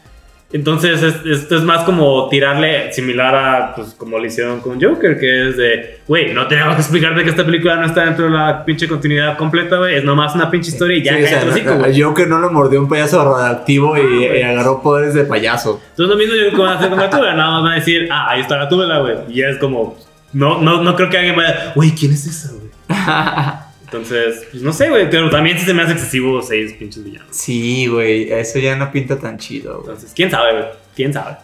S1: Entonces, es- esto es más como tirarle similar a, pues, como le hicieron con Joker, que es de, güey, no tenemos que explicarte que esta película no está dentro de la pinche continuidad completa, güey, es nomás una pinche historia y ya
S3: Sí, o sea,
S1: cállate el hocico, güey. Ah, pues.
S3: yo que no lo mordió un payaso radioactivo y,
S1: güey.
S3: y agarró poderes de payaso.
S1: Entonces, lo mismo yo creo que van a hacer con Gatúbela, nada más van a decir, ah, ahí está Gatúbela, güey, y ya es como, no, no, no creo que alguien vaya, güey, ¿quién es esa, güey? Entonces, pues no sé, güey, pero también sí se me hace excesivo seis pinches villanos.
S3: Sí, güey, eso ya no pinta tan chido, güey.
S1: Entonces, quién sabe, güey, quién sabe.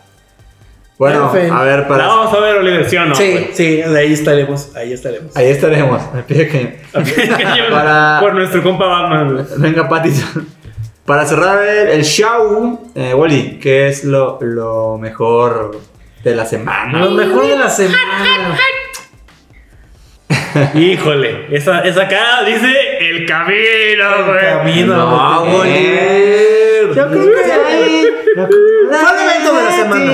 S3: Bueno,
S4: En fin.
S3: a ver, para...
S1: La vamos a ver, Oliver, ¿sí o no?
S4: sí,
S1: güey?
S4: sí, de ahí estaremos. Ahí estaremos.
S3: Ahí estaremos. Me pide que- Para-
S1: Por nuestro compa Batman, güey.
S3: Venga, Pattinson. Para cerrar el, el show, eh, Wally, ¿qué es lo, lo mejor de la semana?
S4: Lo mejor de la semana.
S1: Híjole, esa, esa cara dice el camino,
S4: El
S1: güey.
S4: camino.
S3: No,
S4: güey.
S3: Wally.
S4: Yo creo que- Fue el evento de la semana.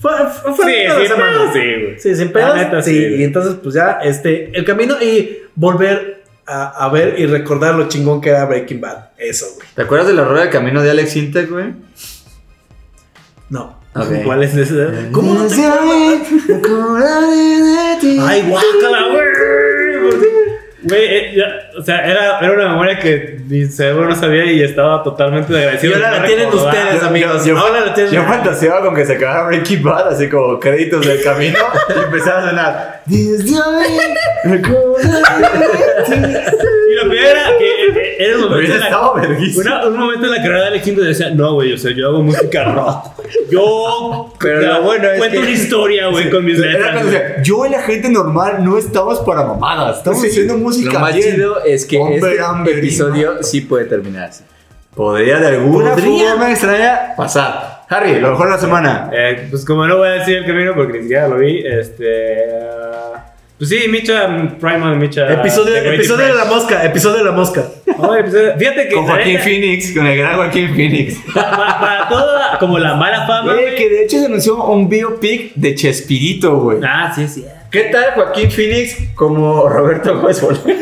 S4: Fue, fue- fue
S1: Sí,
S4: el evento de
S1: sí,
S4: la semana.
S1: sí, güey.
S4: Sí, sin
S1: La
S4: pedos.
S1: neta,
S4: sí,
S1: sí.
S4: y entonces, pues ya, este, el camino y volver a, a ver y recordar lo chingón que era Breaking Bad. Eso, güey.
S3: ¿Te acuerdas de la rueda del camino de Alex Intec, güey?
S4: No.
S3: Ok.
S1: ¿Cuál es ese?
S4: ¿Cómo no te
S3: Ay,
S1: ¡Ay, guácala, güey! Porque, Güey, eh, ya, o sea, era, era una memoria que mi cerebro no sabía y estaba totalmente
S4: Y
S1: agradecido.
S4: ahora
S1: de
S4: la
S1: no
S4: tienen
S1: recordar.
S4: ustedes,
S3: Yo-
S4: amigos.
S3: yo- yo-
S4: ahora la tienen.
S3: Yo fantaseaba con que se acabara Breaking Bad, así como créditos del camino, y empezaba a sonar. "This day, recuerda".
S1: Y lo peor era que eh, era un momento,
S3: Hubiera
S1: en la-
S3: estado verguísimo.
S1: una- un momento en la carrera de Alejandro decía, no, güey, o sea, yo hago música rock. Yo
S5: Pero lo bueno es
S1: cuento
S5: que-
S1: una historia, güey, con mis
S3: Era
S1: letras.
S3: cuando
S1: güey.
S3: decía, yo y la gente normal no estamos para mamadas, estamos
S5: Sí.
S3: haciendo música
S5: Lo más
S3: bien".
S5: chido es que
S3: Hombre,
S5: este
S3: hambre,
S5: episodio sí puede terminar así.
S3: Podría de alguna
S4: Podría.
S3: forma extraña pasar. Harry, lo mejor de la semana.
S1: Eh, pues como no voy a decir el camino porque ni siquiera lo vi, este... ah, pues sí, Micha, mm, Primal, Micha...
S4: Episodio,
S1: The Great
S4: episodio de la
S1: Depression.
S4: mosca, episodio de la mosca.
S1: Oh, episodio- Fíjate que...
S3: Con
S1: la
S3: Joaquín
S1: neta,
S3: Phoenix, con el gran Joaquín Phoenix.
S1: para, para toda como la mala fama,
S3: Güey,
S1: güey.
S3: que de hecho se anunció un biopic de Chespirito, güey.
S1: Ah, sí, sí.
S3: ¿Qué tal Joaquín Phoenix como Roberto Juez Bolívar?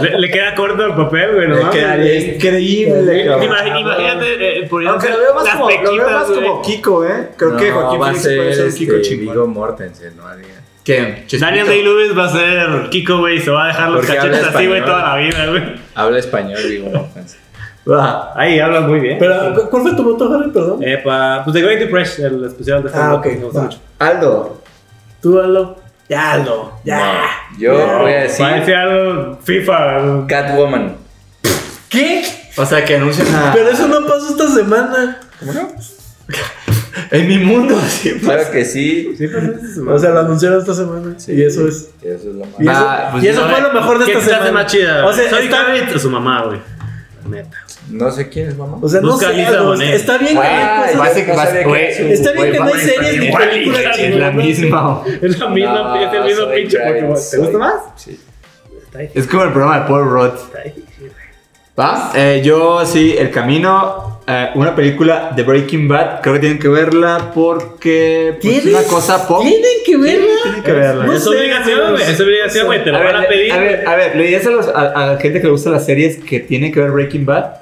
S1: Le, le queda corto el papel, güey, no mames.
S3: Quedaría increíble,
S1: Ima-
S3: cabrón.
S1: Imagínate, eh, por
S3: Aunque lo veo más,
S1: las
S3: como, lo veo
S1: pequitas,
S3: más
S1: güey.
S3: como Kiko, ¿eh? Creo que
S5: No,
S3: Joaquín
S5: va a
S3: Phoenix puede ser un Kiko
S5: este,
S3: chingón.
S5: Viggo Mortensen, ¿no? Diga.
S3: ¿Qué? Chespirito.
S1: Daniel Day-Lewis va a ser Kiko, güey, y se va a dejar los
S5: Porque habla
S1: cachetes así, güey,
S5: español.
S1: toda la vida, güey.
S5: Habla español, Viggo Mortensen.
S3: Va.
S1: Ahí habla muy bien.
S4: Pero, ¿cu- ¿cuál fue tu voto, Harry? Perdón.
S1: Eh, pa- pues The Great Depression, el especial de
S4: Ah,
S1: stand-up,
S4: ok.
S1: que me gusta
S4: va.
S1: mucho.
S3: Aldo.
S4: Tú, Aldo. Ya, Aldo. Ya.
S5: No, yo voy a decir
S1: Parece algo FIFA. güey.
S5: Catwoman.
S4: ¿Qué?
S3: O sea, que anuncian a...
S4: Pero eso no pasó esta semana.
S3: En mi mundo, sí.
S5: Claro que sí.
S1: Sí, pues, es-
S4: O sea, lo anunciaron esta semana.
S5: Sí.
S4: Y eso es.
S5: Eso es lo más.
S4: Y eso,
S3: Ah, pues
S4: y eso
S3: no,
S4: fue
S3: eh,
S4: lo mejor de
S1: ¿Qué
S4: esta
S1: se te hace
S4: semana.
S1: más chida?
S4: O sea,
S1: Soy
S4: está-
S1: Carrito, su mamá, güey. La Neta.
S5: No sé quién es mamá.
S4: O sea, no
S1: Busca
S4: sé.
S1: Lisa
S4: Aldo,
S1: Bonet.
S4: está bien que haya
S5: Ah,
S4: cosas-
S5: va a ser-
S3: Vas- vas-
S5: sabía que
S3: güey,
S5: era su-
S4: Está bien
S3: güey,
S4: que no hay
S3: vas-
S4: series ni
S3: igual,
S4: películas.
S3: Es
S4: ni
S3: la
S4: mamás.
S3: misma.
S1: Es la misma, es el mismo pinche Pokémon. ¿Te gusta más?
S5: Sí.
S1: Está ahí,
S3: Es como el programa de Paul Rudd.
S1: está ahí.
S3: ¿Va? Eh, yo sí, El Camino, eh, una película de Breaking Bad, creo que tienen que verla porque pues, es
S4: ¿Tienen-
S3: una cosa pop.
S4: Tienen que verla.
S3: Tienen que verla.
S4: No
S1: Es
S4: sé,
S1: obligación, güey. Es obligación, güey. Te
S3: A
S1: lo
S3: ver,
S1: van a pedir.
S3: a ver, a ver, le dirías a, los- a- a la gente que le gusta las series que tiene que ver Breaking Bad.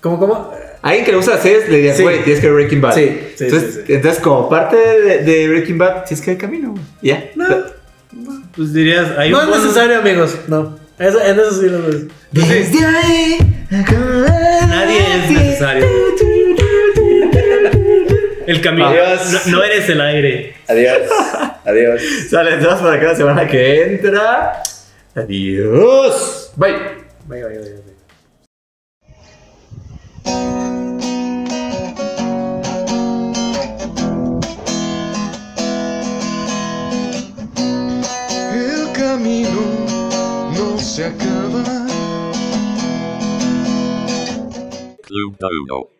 S4: ¿Cómo, cómo?
S3: A alguien que le gusta las series le dirías,
S4: Sí.
S3: güey, tienes que ver Breaking Bad.
S4: Sí, sí,
S3: entonces,
S4: sí, sí.
S3: entonces, como parte de, de Breaking Bad, tienes que ver el camino, güey. Ya.
S4: No,
S1: Pues dirías, hay
S4: no
S1: un
S4: es
S1: bono.
S4: necesario, amigos. No. Eso, en eso sí lo veo.
S3: Desde ahí,
S1: Nadie es necesario. El camino.
S5: Adiós.
S1: No, no eres el aire.
S5: Adiós. Adiós.
S3: Sale, entonces para cada semana que entra. Adiós. Bye.
S1: Vaya, vaya, vaya. vaya.
S6: El camino no se acaba.
S2: Club Dodo.